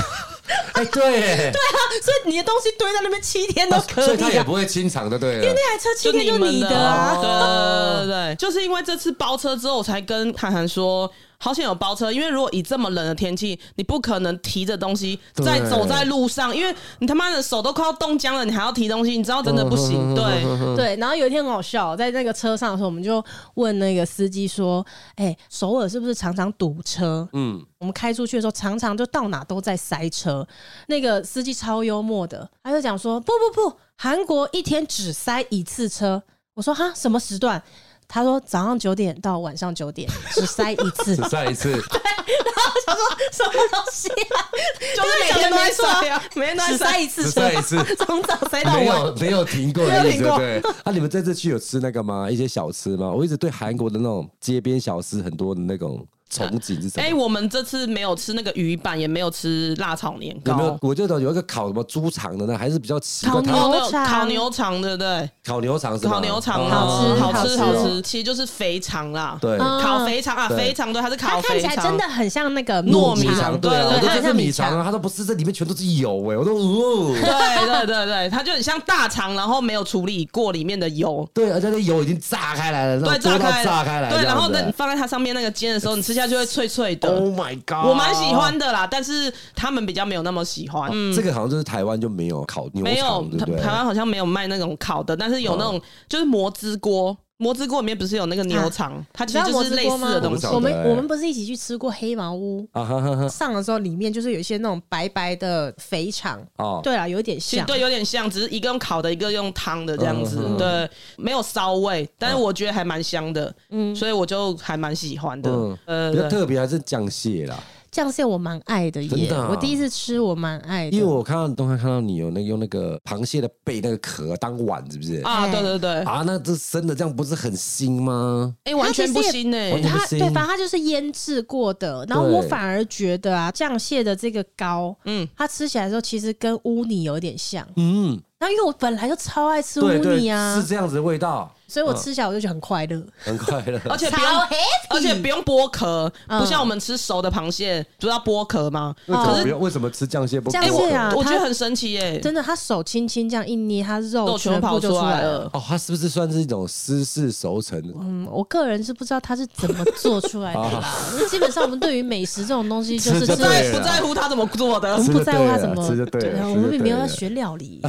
[SPEAKER 2] 哎，对，
[SPEAKER 1] 对啊，所以你的东西堆在那边七天都可以、啊，
[SPEAKER 2] 所以他也不会清场的，对了。
[SPEAKER 1] 那台车七天就
[SPEAKER 3] 们
[SPEAKER 1] 你的啊。
[SPEAKER 3] 对对对对， 就是因为这次包车之后，我才跟涵涵说。好险有包车，因为如果以这么冷的天气，你不可能提着东西
[SPEAKER 2] 对
[SPEAKER 3] 再走在路上，因为你他妈的手都快要冻僵了，你还要提东西，你知道真的不
[SPEAKER 2] 嗯
[SPEAKER 3] 行。对，
[SPEAKER 1] 对，然后有一天很好笑，在那个车上的时候，我们就问那个司机说：“哎、首尔是不是常常堵车？”嗯，我们开出去的时候，常常就到哪都在塞车。那个司机超幽默的，他就讲说：“不不不，韩国一天只塞一次车。”我说：“哈，什么时段？”他说：“早上九点到晚上九点，只塞一 次。”
[SPEAKER 2] 只再一次，
[SPEAKER 1] 他说什么东西啊？
[SPEAKER 3] 就是每天都在塞啊
[SPEAKER 1] 每天都在
[SPEAKER 3] 只
[SPEAKER 1] 塞
[SPEAKER 3] 塞
[SPEAKER 1] 一次
[SPEAKER 2] 只塞一
[SPEAKER 1] 车，
[SPEAKER 2] 次，
[SPEAKER 1] 从早塞到
[SPEAKER 2] 没
[SPEAKER 1] 晚。
[SPEAKER 2] 有没有停过的意思，
[SPEAKER 1] 没有停过
[SPEAKER 2] 对。啊，你们这次去有吃那个吗？一些小吃吗？我一直对韩国的那种街边小吃很多的那种憧憬是什
[SPEAKER 3] 哎、
[SPEAKER 2] 么？
[SPEAKER 3] 我们这次没有吃那个鱼板，也没有吃辣炒年
[SPEAKER 2] 有没
[SPEAKER 3] 糕
[SPEAKER 2] 有，？我就得有一个烤什么猪肠的呢，还是比较奇怪。
[SPEAKER 1] 烤
[SPEAKER 2] 它
[SPEAKER 1] 牛
[SPEAKER 3] 哦对
[SPEAKER 1] 肠
[SPEAKER 3] 烤牛肠，对不对？
[SPEAKER 2] 烤牛肠是吗
[SPEAKER 3] 烤牛肠
[SPEAKER 2] 哦
[SPEAKER 1] 好吃
[SPEAKER 3] 好吃，
[SPEAKER 1] 好
[SPEAKER 3] 好
[SPEAKER 1] 吃
[SPEAKER 3] 吃，其实就是肥肠啦。
[SPEAKER 2] 对，
[SPEAKER 1] 嗯
[SPEAKER 3] 烤肥肠啊，
[SPEAKER 2] 对
[SPEAKER 3] 肥肠对，它是
[SPEAKER 1] 它
[SPEAKER 3] 烤
[SPEAKER 1] 看
[SPEAKER 3] 肥
[SPEAKER 1] 起来
[SPEAKER 3] 肠，
[SPEAKER 1] 真的很像那个
[SPEAKER 3] 糯米
[SPEAKER 1] 肠
[SPEAKER 3] 肠，
[SPEAKER 2] 对啊，
[SPEAKER 3] 对
[SPEAKER 2] 我
[SPEAKER 1] 它
[SPEAKER 2] 都觉
[SPEAKER 1] 很
[SPEAKER 2] 得是
[SPEAKER 1] 像
[SPEAKER 2] 米肠啊，它都不是，这里面全都是油哎，我都哦。
[SPEAKER 3] 对 对对对，它就很像大肠，然后没有处理过里面的油。
[SPEAKER 2] 对，而且那油已经炸开来了，那
[SPEAKER 3] 对，
[SPEAKER 2] 种多
[SPEAKER 3] 炸
[SPEAKER 2] 到
[SPEAKER 3] 开，
[SPEAKER 2] 炸开来这样子，
[SPEAKER 3] 对，然后那你放在它上面那个煎的时候，你吃下去会脆脆的。
[SPEAKER 2] Oh my god，
[SPEAKER 3] 我蛮喜欢。的啦，但是他们比较没有那么喜欢。嗯，
[SPEAKER 2] 这个好像就是台湾就没有烤牛
[SPEAKER 3] 没有
[SPEAKER 2] 肠，哦对不对？哦
[SPEAKER 3] 台湾好像没有卖那种烤的，但是有那种就是磨汁锅，磨汁锅里面不是有那个牛肠，它
[SPEAKER 1] 啊你
[SPEAKER 3] 其
[SPEAKER 1] 知
[SPEAKER 3] 实
[SPEAKER 1] 道
[SPEAKER 3] 就
[SPEAKER 1] 摩
[SPEAKER 3] 是
[SPEAKER 1] 斯
[SPEAKER 3] 类
[SPEAKER 1] 锅
[SPEAKER 3] 似
[SPEAKER 1] 吗
[SPEAKER 3] 的
[SPEAKER 2] 不
[SPEAKER 3] 东
[SPEAKER 2] 知
[SPEAKER 3] 西嗯
[SPEAKER 2] 道。
[SPEAKER 1] 我们
[SPEAKER 2] 欸
[SPEAKER 1] 我们不是一起去吃过黑毛屋？
[SPEAKER 2] 啊哈哈哈
[SPEAKER 1] 上的时候里面就是有一些那种白白的肥肠，
[SPEAKER 2] 哦，
[SPEAKER 1] 对啊，有一点
[SPEAKER 3] 其实
[SPEAKER 1] 像。
[SPEAKER 3] 对，有点像，只是一个用烤的，一个用汤的这样子，
[SPEAKER 2] 嗯嗯嗯嗯
[SPEAKER 3] 对，没有骚味，但是我觉得还蛮香的，
[SPEAKER 1] 嗯
[SPEAKER 3] 所以我就还蛮喜欢的。
[SPEAKER 2] 嗯
[SPEAKER 3] 呃，
[SPEAKER 2] 比较
[SPEAKER 3] 对
[SPEAKER 2] 特别还是酱蟹啦，
[SPEAKER 1] 酱蟹我蛮爱的耶，
[SPEAKER 2] 真的啊
[SPEAKER 1] 我第一次吃我蛮爱的，
[SPEAKER 2] 因为我看到东汉看到你有那个用那个螃蟹的背那个壳当碗，是不是？
[SPEAKER 3] 啊，对对对，哎、
[SPEAKER 2] 啊，那这生的这样不是很腥吗？
[SPEAKER 3] 完全不欸腥呢、
[SPEAKER 2] 它其实也完全
[SPEAKER 1] 它
[SPEAKER 2] 不腥
[SPEAKER 1] 对，反正它就是腌制过的。然后
[SPEAKER 2] 对
[SPEAKER 1] 我反而觉得啊，酱蟹的这个膏，嗯，它吃起来的时候其实跟乌泥有点像。
[SPEAKER 2] 嗯，
[SPEAKER 1] 然后因为我本来就超爱吃乌
[SPEAKER 2] 对对，
[SPEAKER 1] 泥啊
[SPEAKER 2] 是，这样子的味道，
[SPEAKER 1] 所以我吃起来我就觉得很快乐，
[SPEAKER 2] 很快 乐。
[SPEAKER 3] 而且不
[SPEAKER 1] 超
[SPEAKER 3] 用
[SPEAKER 1] happy，
[SPEAKER 3] 而且不用剥壳，
[SPEAKER 1] 嗯
[SPEAKER 3] 不像我们吃熟的螃蟹，不要剥壳吗？哎
[SPEAKER 2] 为
[SPEAKER 1] 可
[SPEAKER 2] 什么
[SPEAKER 1] 是
[SPEAKER 2] 不用？为什么吃酱蟹不
[SPEAKER 1] 酱
[SPEAKER 2] 剥
[SPEAKER 1] 蟹
[SPEAKER 2] 壳
[SPEAKER 1] 啊
[SPEAKER 3] 我
[SPEAKER 1] 它
[SPEAKER 3] 觉得很神奇欸耶、
[SPEAKER 1] 真的，它手轻轻这样一捏，它肉
[SPEAKER 3] 肉
[SPEAKER 1] 全
[SPEAKER 3] 全
[SPEAKER 1] 部
[SPEAKER 3] 跑
[SPEAKER 1] 就
[SPEAKER 3] 出
[SPEAKER 1] 出
[SPEAKER 3] 来
[SPEAKER 1] 来。
[SPEAKER 3] 了。
[SPEAKER 2] 哦，它是不是算是一种湿式熟成？
[SPEAKER 1] 嗯，我个人是不知道它是怎么做出来的啦。因为基本上我们对于美食这种东西，就是
[SPEAKER 2] 啊吃
[SPEAKER 1] 这
[SPEAKER 2] 就
[SPEAKER 3] 不
[SPEAKER 1] 个
[SPEAKER 2] 对了
[SPEAKER 3] 在不在乎它怎么做的
[SPEAKER 1] 我，们
[SPEAKER 2] 吃
[SPEAKER 1] 不
[SPEAKER 2] 就
[SPEAKER 1] 在乎它
[SPEAKER 2] 对
[SPEAKER 1] 怎
[SPEAKER 2] 了
[SPEAKER 1] 么
[SPEAKER 2] 吃就对了
[SPEAKER 1] 啊
[SPEAKER 2] 吃
[SPEAKER 1] 我们
[SPEAKER 2] 就
[SPEAKER 1] 并没有
[SPEAKER 2] 对
[SPEAKER 1] 要
[SPEAKER 2] 了
[SPEAKER 1] 学料理，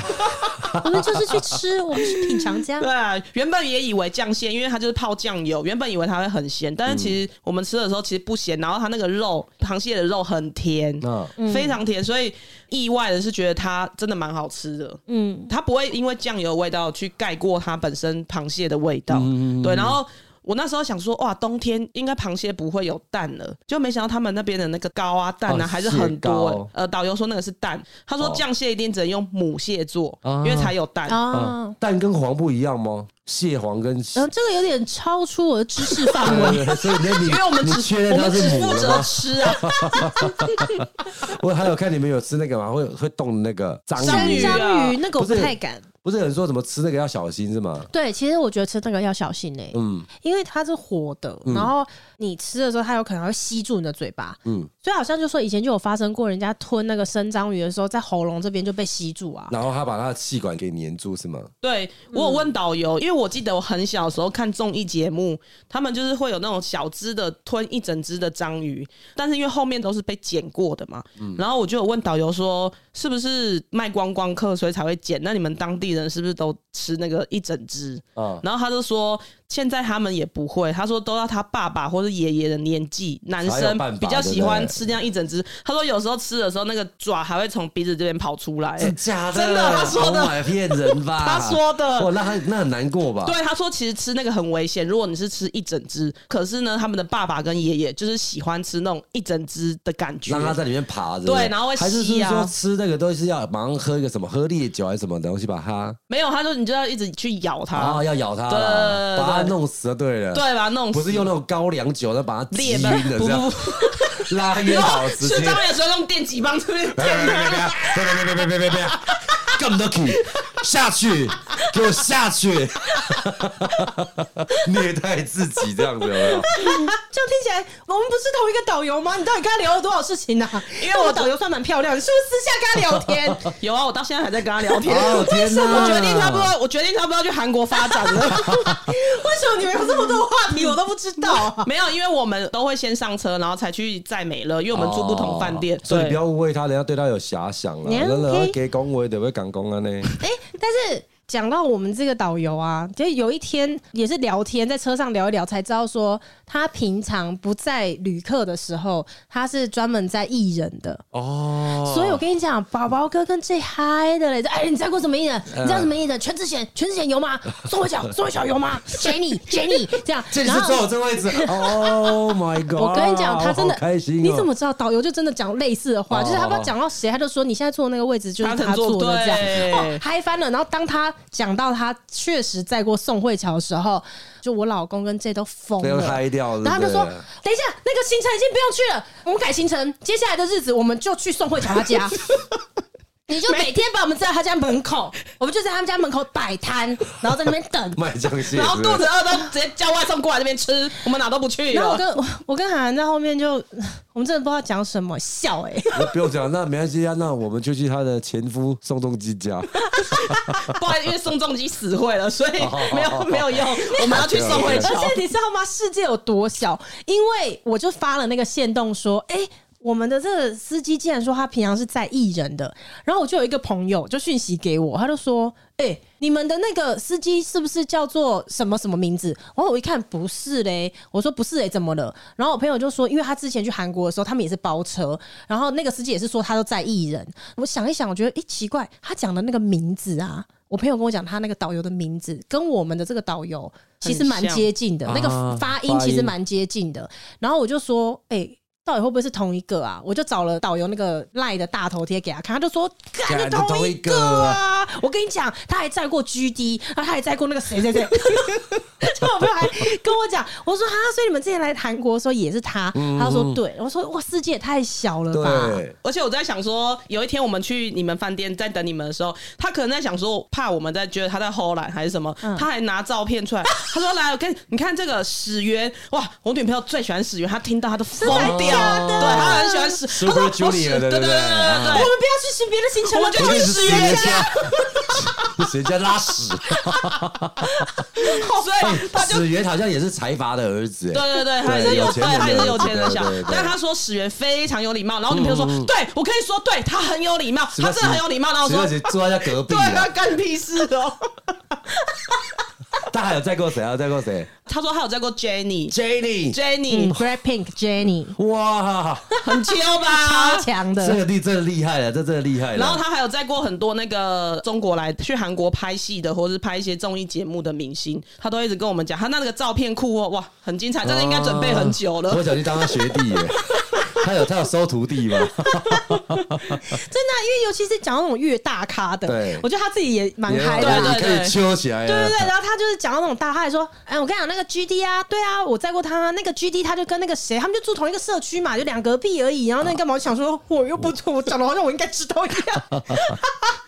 [SPEAKER 1] 我们就是去吃，我们是品尝 家
[SPEAKER 3] 对。啊，原本也以为酱蟹，因为它就是泡酱油，原本以为它会很咸，但是其实我们吃的时候其实不咸，然后它那个肉，螃蟹的肉很甜，
[SPEAKER 2] 那
[SPEAKER 3] 非常甜，所以意外的是觉得它真的蛮好吃的。
[SPEAKER 1] 嗯，
[SPEAKER 2] 嗯
[SPEAKER 3] 它不会因为酱油的味道去盖过它本身螃蟹的味道，对，然后。我那时候想说，哇，冬天应该螃蟹不会有蛋了，就没想到他们那边的那个膏啊、蛋啊、
[SPEAKER 2] 哦
[SPEAKER 3] 还是很多、
[SPEAKER 2] 蟹膏
[SPEAKER 3] 呃，导游说那个是蛋，他说
[SPEAKER 2] 哦
[SPEAKER 3] 酱蟹一定只能用母蟹做，
[SPEAKER 2] 啊
[SPEAKER 3] 因为才有蛋。
[SPEAKER 1] 啊。
[SPEAKER 2] 蛋跟黄不一样吗？蟹黄跟
[SPEAKER 1] 然后这个有点超出我的知识 范围。
[SPEAKER 2] 对所以那你
[SPEAKER 3] 因为我们
[SPEAKER 2] 你
[SPEAKER 3] 只
[SPEAKER 2] 确认
[SPEAKER 3] 我
[SPEAKER 2] 它
[SPEAKER 3] 们只
[SPEAKER 2] 是母
[SPEAKER 3] 负
[SPEAKER 2] 的
[SPEAKER 3] 责
[SPEAKER 2] 吗？
[SPEAKER 3] 吃啊，
[SPEAKER 2] 我还有看你们有吃那个吗？会会动的那个章
[SPEAKER 3] 章
[SPEAKER 2] 鱼
[SPEAKER 3] 鱼，啊
[SPEAKER 1] 章鱼那个我不
[SPEAKER 2] 不是
[SPEAKER 1] 太敢。
[SPEAKER 2] 不是有人说什么吃那个要小心是吗？
[SPEAKER 1] 对，其实我觉得吃那个要小心嘞、
[SPEAKER 2] 嗯
[SPEAKER 1] 因为它是活的，然后你吃的时候，它有可能会吸住你的嘴巴。
[SPEAKER 2] 嗯，
[SPEAKER 1] 所以好像就说以前就有发生过，人家吞那个生章鱼的时候，在喉咙这边就被吸住啊。
[SPEAKER 2] 然后他把他的气管给粘住是吗？
[SPEAKER 3] 对我有问导游，因为我记得我很小的时候看综艺节目，他们就是会有那种小只的吞一整只的章鱼，但是因为后面都是被剪过的嘛，
[SPEAKER 2] 嗯
[SPEAKER 3] 然后我就有问导游说，是不是卖观光客所以才会剪？那你们当地人是不是都吃那个一整只？
[SPEAKER 2] 啊，
[SPEAKER 3] 然后他就说，现在他们也不会，他说都到他爸爸或者爷爷的年纪，男
[SPEAKER 2] 才有
[SPEAKER 3] 生
[SPEAKER 2] 办法
[SPEAKER 3] 比较喜
[SPEAKER 2] 对
[SPEAKER 3] 欢
[SPEAKER 2] 不对
[SPEAKER 3] 吃那样一整只。他说有时候吃的时候，那个爪还会从鼻子这边跑出来。
[SPEAKER 2] 假的
[SPEAKER 3] 真的他说的
[SPEAKER 2] Oh my，骗人吧？
[SPEAKER 3] 他说的
[SPEAKER 2] 哇，那他那很难过吧？
[SPEAKER 3] 对，他说其实吃那个很危险，如果你是吃一整只，可是呢，他们的爸爸跟爷爷就是喜欢吃那种一整只的感觉
[SPEAKER 2] 让。他在里面爬着，
[SPEAKER 3] 对然后会
[SPEAKER 2] 还是是
[SPEAKER 3] 吸啊
[SPEAKER 2] 说吃那个都是要马上喝一个什么喝烈酒还是什么东西把它
[SPEAKER 3] 没有，他说你就要一直去咬它，
[SPEAKER 1] 哦
[SPEAKER 2] 啊要咬它
[SPEAKER 3] 对
[SPEAKER 2] 啦，
[SPEAKER 3] 对对
[SPEAKER 2] 把它
[SPEAKER 3] 对
[SPEAKER 2] 弄死就对了，
[SPEAKER 3] 对吧？弄
[SPEAKER 2] 不是
[SPEAKER 3] 死
[SPEAKER 2] 用那种高粱酒，那把它击
[SPEAKER 3] 裂
[SPEAKER 2] 晕
[SPEAKER 3] 吧
[SPEAKER 2] 的
[SPEAKER 3] 不
[SPEAKER 2] 这样
[SPEAKER 3] 不，
[SPEAKER 2] 拉约好直接
[SPEAKER 3] 吃，章鱼的时候用电击棒这边
[SPEAKER 2] 别
[SPEAKER 3] 电
[SPEAKER 2] 别
[SPEAKER 3] 它。
[SPEAKER 2] 别别别别别别别别别，干得起，下去，给我下去，虐待自己这样子有没有？
[SPEAKER 1] 这样听起来，我们不是同一个导游吗？你到底跟他聊了多少事情呢、啊？
[SPEAKER 3] 因为
[SPEAKER 1] 但
[SPEAKER 3] 我
[SPEAKER 1] 我导游算蛮漂亮，你是不是私下跟他 聊天？
[SPEAKER 3] 有啊，我到现在还在跟他聊天。
[SPEAKER 2] 哦天哪
[SPEAKER 3] 我决定差不多，我决定差不多要去韩国发 展了。
[SPEAKER 1] 为什么你们有这么多话题，我都不知道啊？
[SPEAKER 3] 没有，因为我们都会先上车，然后才去载美乐，因为我们住不同饭店
[SPEAKER 2] 哦，所以你不
[SPEAKER 3] 对
[SPEAKER 2] 要误会他，人家对他有遐想了，
[SPEAKER 1] 你
[SPEAKER 2] 人家
[SPEAKER 1] OK？
[SPEAKER 2] 给恭维的会讲恭啊呢。
[SPEAKER 1] 哎、但是讲到我们这个导游啊，就有一天也是聊天，在车上聊一聊，才知道说他平常不在旅客的时候，他是专门在艺人的。
[SPEAKER 2] 哦，
[SPEAKER 1] 所以我跟你讲，宝宝哥跟最嗨的嘞，哎，你在过什么艺人？你知道什么艺人？全智贤，全智贤有吗？宋慧乔，宋慧乔有吗？Jenny，Jenny 这样，
[SPEAKER 2] 这里
[SPEAKER 1] 然
[SPEAKER 2] 是
[SPEAKER 1] 后
[SPEAKER 2] 坐我这位置。Oh my god！
[SPEAKER 1] 我跟你讲，他真的
[SPEAKER 2] 好开心哦。
[SPEAKER 1] 你怎么知道导游就真的讲类似的话？
[SPEAKER 2] 哦
[SPEAKER 1] 就是他不知道讲到谁，他就说你现在坐的那个位置就是
[SPEAKER 3] 他
[SPEAKER 1] 他
[SPEAKER 3] 曾坐
[SPEAKER 1] 坐的这
[SPEAKER 3] 对
[SPEAKER 1] 样，哦，嗨翻了。然后当他讲到他确实在过宋慧乔的时候，就我老公跟这都疯
[SPEAKER 2] 这
[SPEAKER 1] 了，
[SPEAKER 2] 又嗨掉了
[SPEAKER 1] 然后他们就说
[SPEAKER 2] 对不对：“
[SPEAKER 1] 等一下，那个行程已经不用去了，我们改行程，接下来的日子我们就去宋慧乔她 家。”你就每天把我们载到他家门口，我们就在他们家门口摆摊，然后在那边 等，
[SPEAKER 2] 卖酱蟹？
[SPEAKER 3] 然后
[SPEAKER 2] 是不
[SPEAKER 3] 肚
[SPEAKER 2] 是
[SPEAKER 3] 子饿都直接叫外送过来那边吃，我们哪都不去啊
[SPEAKER 1] 然后我。
[SPEAKER 2] 啊
[SPEAKER 3] 了
[SPEAKER 1] 跟我我跟韩寒在后面就，我们真的不知道讲什么，笑哎、
[SPEAKER 2] 那不用讲，那没关系啊，那我们就去他的前夫宋仲基 家。
[SPEAKER 3] 不然因为宋仲基死会了，所以
[SPEAKER 2] 哦
[SPEAKER 3] 没有没有用， 我们要去宋 慧
[SPEAKER 1] 而
[SPEAKER 3] 乔。
[SPEAKER 1] 且你知道吗？世界有多小？因为我就发了那个线动说，哎、我们的这个司机竟然说他平常是在艺人的，然后我就有一个朋友就讯息给我，他就说：“哎、你们的那个司机是不是叫做什么什么名字？”然后我一看不是嘞，我说不是嘞，怎么了？然后我朋友就说，因为他之前去韩国的时候，他们也是包车，然后那个司机也是说他都在艺人。我想一想，我觉得诶、奇怪，他讲的那个名字啊，我朋友跟我讲他那个导游的名字跟我们的这个导游其实蛮
[SPEAKER 3] 很像
[SPEAKER 1] 接近的，那
[SPEAKER 2] 啊
[SPEAKER 1] 个发音
[SPEAKER 2] 发音
[SPEAKER 1] 其实蛮接近的。然后我就说，哎、到底会不会是同一个啊？我就找了导游那个赖的大头贴给他看，他就说：“干，
[SPEAKER 2] 干
[SPEAKER 1] 就同
[SPEAKER 2] 同
[SPEAKER 1] 一
[SPEAKER 2] 一
[SPEAKER 1] 个
[SPEAKER 2] 个
[SPEAKER 1] 啊！”我跟你讲，他还载过 GD，啊，他还载过那个谁谁 谁。就我朋友还跟我讲，我说：“哈，所以你们之前来韩国的时候也是他？”他说：“对。”我说：“哇，世界也太小了吧
[SPEAKER 2] 嗯对，
[SPEAKER 3] 而且我在想说，有一天我们去你们饭店在等你们的时候，他可能在想说，怕我们在觉得他在偷懒还是什么，
[SPEAKER 1] 嗯
[SPEAKER 3] 他还拿照片出来，他说：“来，我跟你你看这个史源，哇，我女朋友最喜欢史源，她听到她都疯
[SPEAKER 1] 真的
[SPEAKER 3] 掉，对
[SPEAKER 1] 假的
[SPEAKER 3] 她很喜欢史，她
[SPEAKER 2] Super
[SPEAKER 3] 说我史
[SPEAKER 2] Junior 的对
[SPEAKER 3] 对对
[SPEAKER 2] 不对
[SPEAKER 3] 对对
[SPEAKER 1] 我们
[SPEAKER 3] 对
[SPEAKER 1] 不要去别的行程
[SPEAKER 3] 我
[SPEAKER 1] 了，
[SPEAKER 3] 们就去
[SPEAKER 2] 是
[SPEAKER 3] 史源家。”
[SPEAKER 2] 家， 史源家拉屎。
[SPEAKER 1] 哦
[SPEAKER 3] 所以他就
[SPEAKER 2] 史源好像也是财阀的儿子。哎
[SPEAKER 3] 对对对，他也是有，
[SPEAKER 2] 有钱
[SPEAKER 3] 对，
[SPEAKER 2] 人
[SPEAKER 3] 他也是有钱
[SPEAKER 2] 的
[SPEAKER 3] 人小
[SPEAKER 2] 对对。对嗯
[SPEAKER 3] 但他说史源非常有礼貌，然后女朋友说，对我可以说，对他很有礼貌，他真的很有礼貌。然后我
[SPEAKER 2] 史
[SPEAKER 3] 说
[SPEAKER 2] 源，姐坐在他隔壁
[SPEAKER 3] 对，他
[SPEAKER 2] 啊，
[SPEAKER 3] 干屁事哦。
[SPEAKER 2] 大他还有载过谁啊？载过谁
[SPEAKER 3] 他说他有载过 Jenny，Jenny
[SPEAKER 2] ？Jenny，
[SPEAKER 1] 嗯，Black Pink Jenny
[SPEAKER 2] 哇，
[SPEAKER 3] 很 chill 吧
[SPEAKER 2] 啊
[SPEAKER 1] 超？强
[SPEAKER 2] 这
[SPEAKER 1] 的，
[SPEAKER 2] 个厉真的厉害了，这真的厉害了。
[SPEAKER 3] 然后他还有载过很多那个中国来去韩国拍戏的，或是拍一些综艺节目的明星，他都一直跟我们讲，他那个照片库哦，哇，很精彩，这个应该准备很久了。
[SPEAKER 2] 啊我想去当他学 弟耶。他有他有收徒弟吗？
[SPEAKER 1] 真的啊，因为尤其是讲到那种越大咖的
[SPEAKER 2] 对，
[SPEAKER 1] 我觉得他自己也蛮嗨的
[SPEAKER 3] 对
[SPEAKER 1] 啊。
[SPEAKER 3] 对
[SPEAKER 2] 你可以揪起来了。
[SPEAKER 1] 对对对，然后他就是讲到那种大，他还说，哎，我跟你讲那个 GD 啊，对啊，我载过他，那个 GD 他就跟那个谁，他们就住同一个社区嘛，就两隔壁而已。然后那你干嘛？我想说，我又不，我讲的好像我应该知道一样，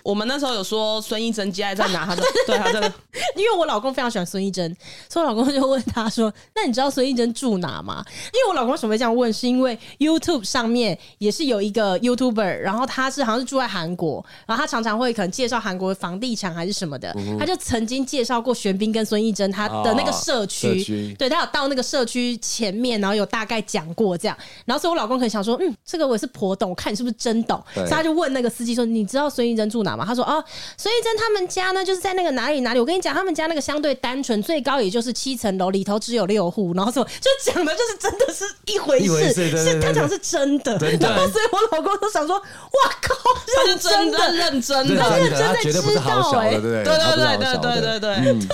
[SPEAKER 3] 我们那时候有说孙艺珍接在哪，他就对 他这个
[SPEAKER 1] 因为我老公非常喜欢孙艺珍，所以我老公就问他说：“那你知道孙艺珍住哪吗？”因为我老公为什么会这样问，是因为 YouTube 上面也是有一个 YouTuber，然后他是好像是住在韩国，然后他常常会可能介绍韩国房地产还是什么的，
[SPEAKER 2] 嗯
[SPEAKER 1] 他就曾经介绍过玄彬跟孙艺珍他的那个社区，
[SPEAKER 2] 哦社区
[SPEAKER 1] 对他有到那个社区前面，然后有大概讲过这样，然后所以我老公可能想说，嗯，这个我也是颇懂，我看你是不是真懂，
[SPEAKER 2] 对
[SPEAKER 1] 所以他就问那个司机说，你知道孙艺珍住哪吗？他说哦，孙艺珍他们家呢就是在那个哪里哪里，我跟你讲，他们家那个相对单纯，最高也就是七层楼，里头只有六户，然后什么就讲的就是真的是一回
[SPEAKER 2] 一回
[SPEAKER 1] 事，
[SPEAKER 2] 事对对
[SPEAKER 1] 是
[SPEAKER 2] 对
[SPEAKER 1] 他
[SPEAKER 2] 对
[SPEAKER 1] 讲是真的，
[SPEAKER 2] 真的
[SPEAKER 1] 然后所以我老公都想说，哇靠，
[SPEAKER 3] 他
[SPEAKER 1] 是
[SPEAKER 3] 是真
[SPEAKER 1] 的
[SPEAKER 3] 的。认真
[SPEAKER 2] 对，真
[SPEAKER 3] 的。
[SPEAKER 1] 他
[SPEAKER 2] 的，
[SPEAKER 1] 认真
[SPEAKER 2] 他
[SPEAKER 1] 在
[SPEAKER 2] 绝对不是
[SPEAKER 1] 知道
[SPEAKER 2] 好小
[SPEAKER 1] 欸
[SPEAKER 2] 的，对不对？
[SPEAKER 3] 对对
[SPEAKER 2] 哎他不是好
[SPEAKER 3] 对
[SPEAKER 2] 小
[SPEAKER 3] 对
[SPEAKER 2] 的
[SPEAKER 3] 对对对
[SPEAKER 2] 嗯
[SPEAKER 3] 对，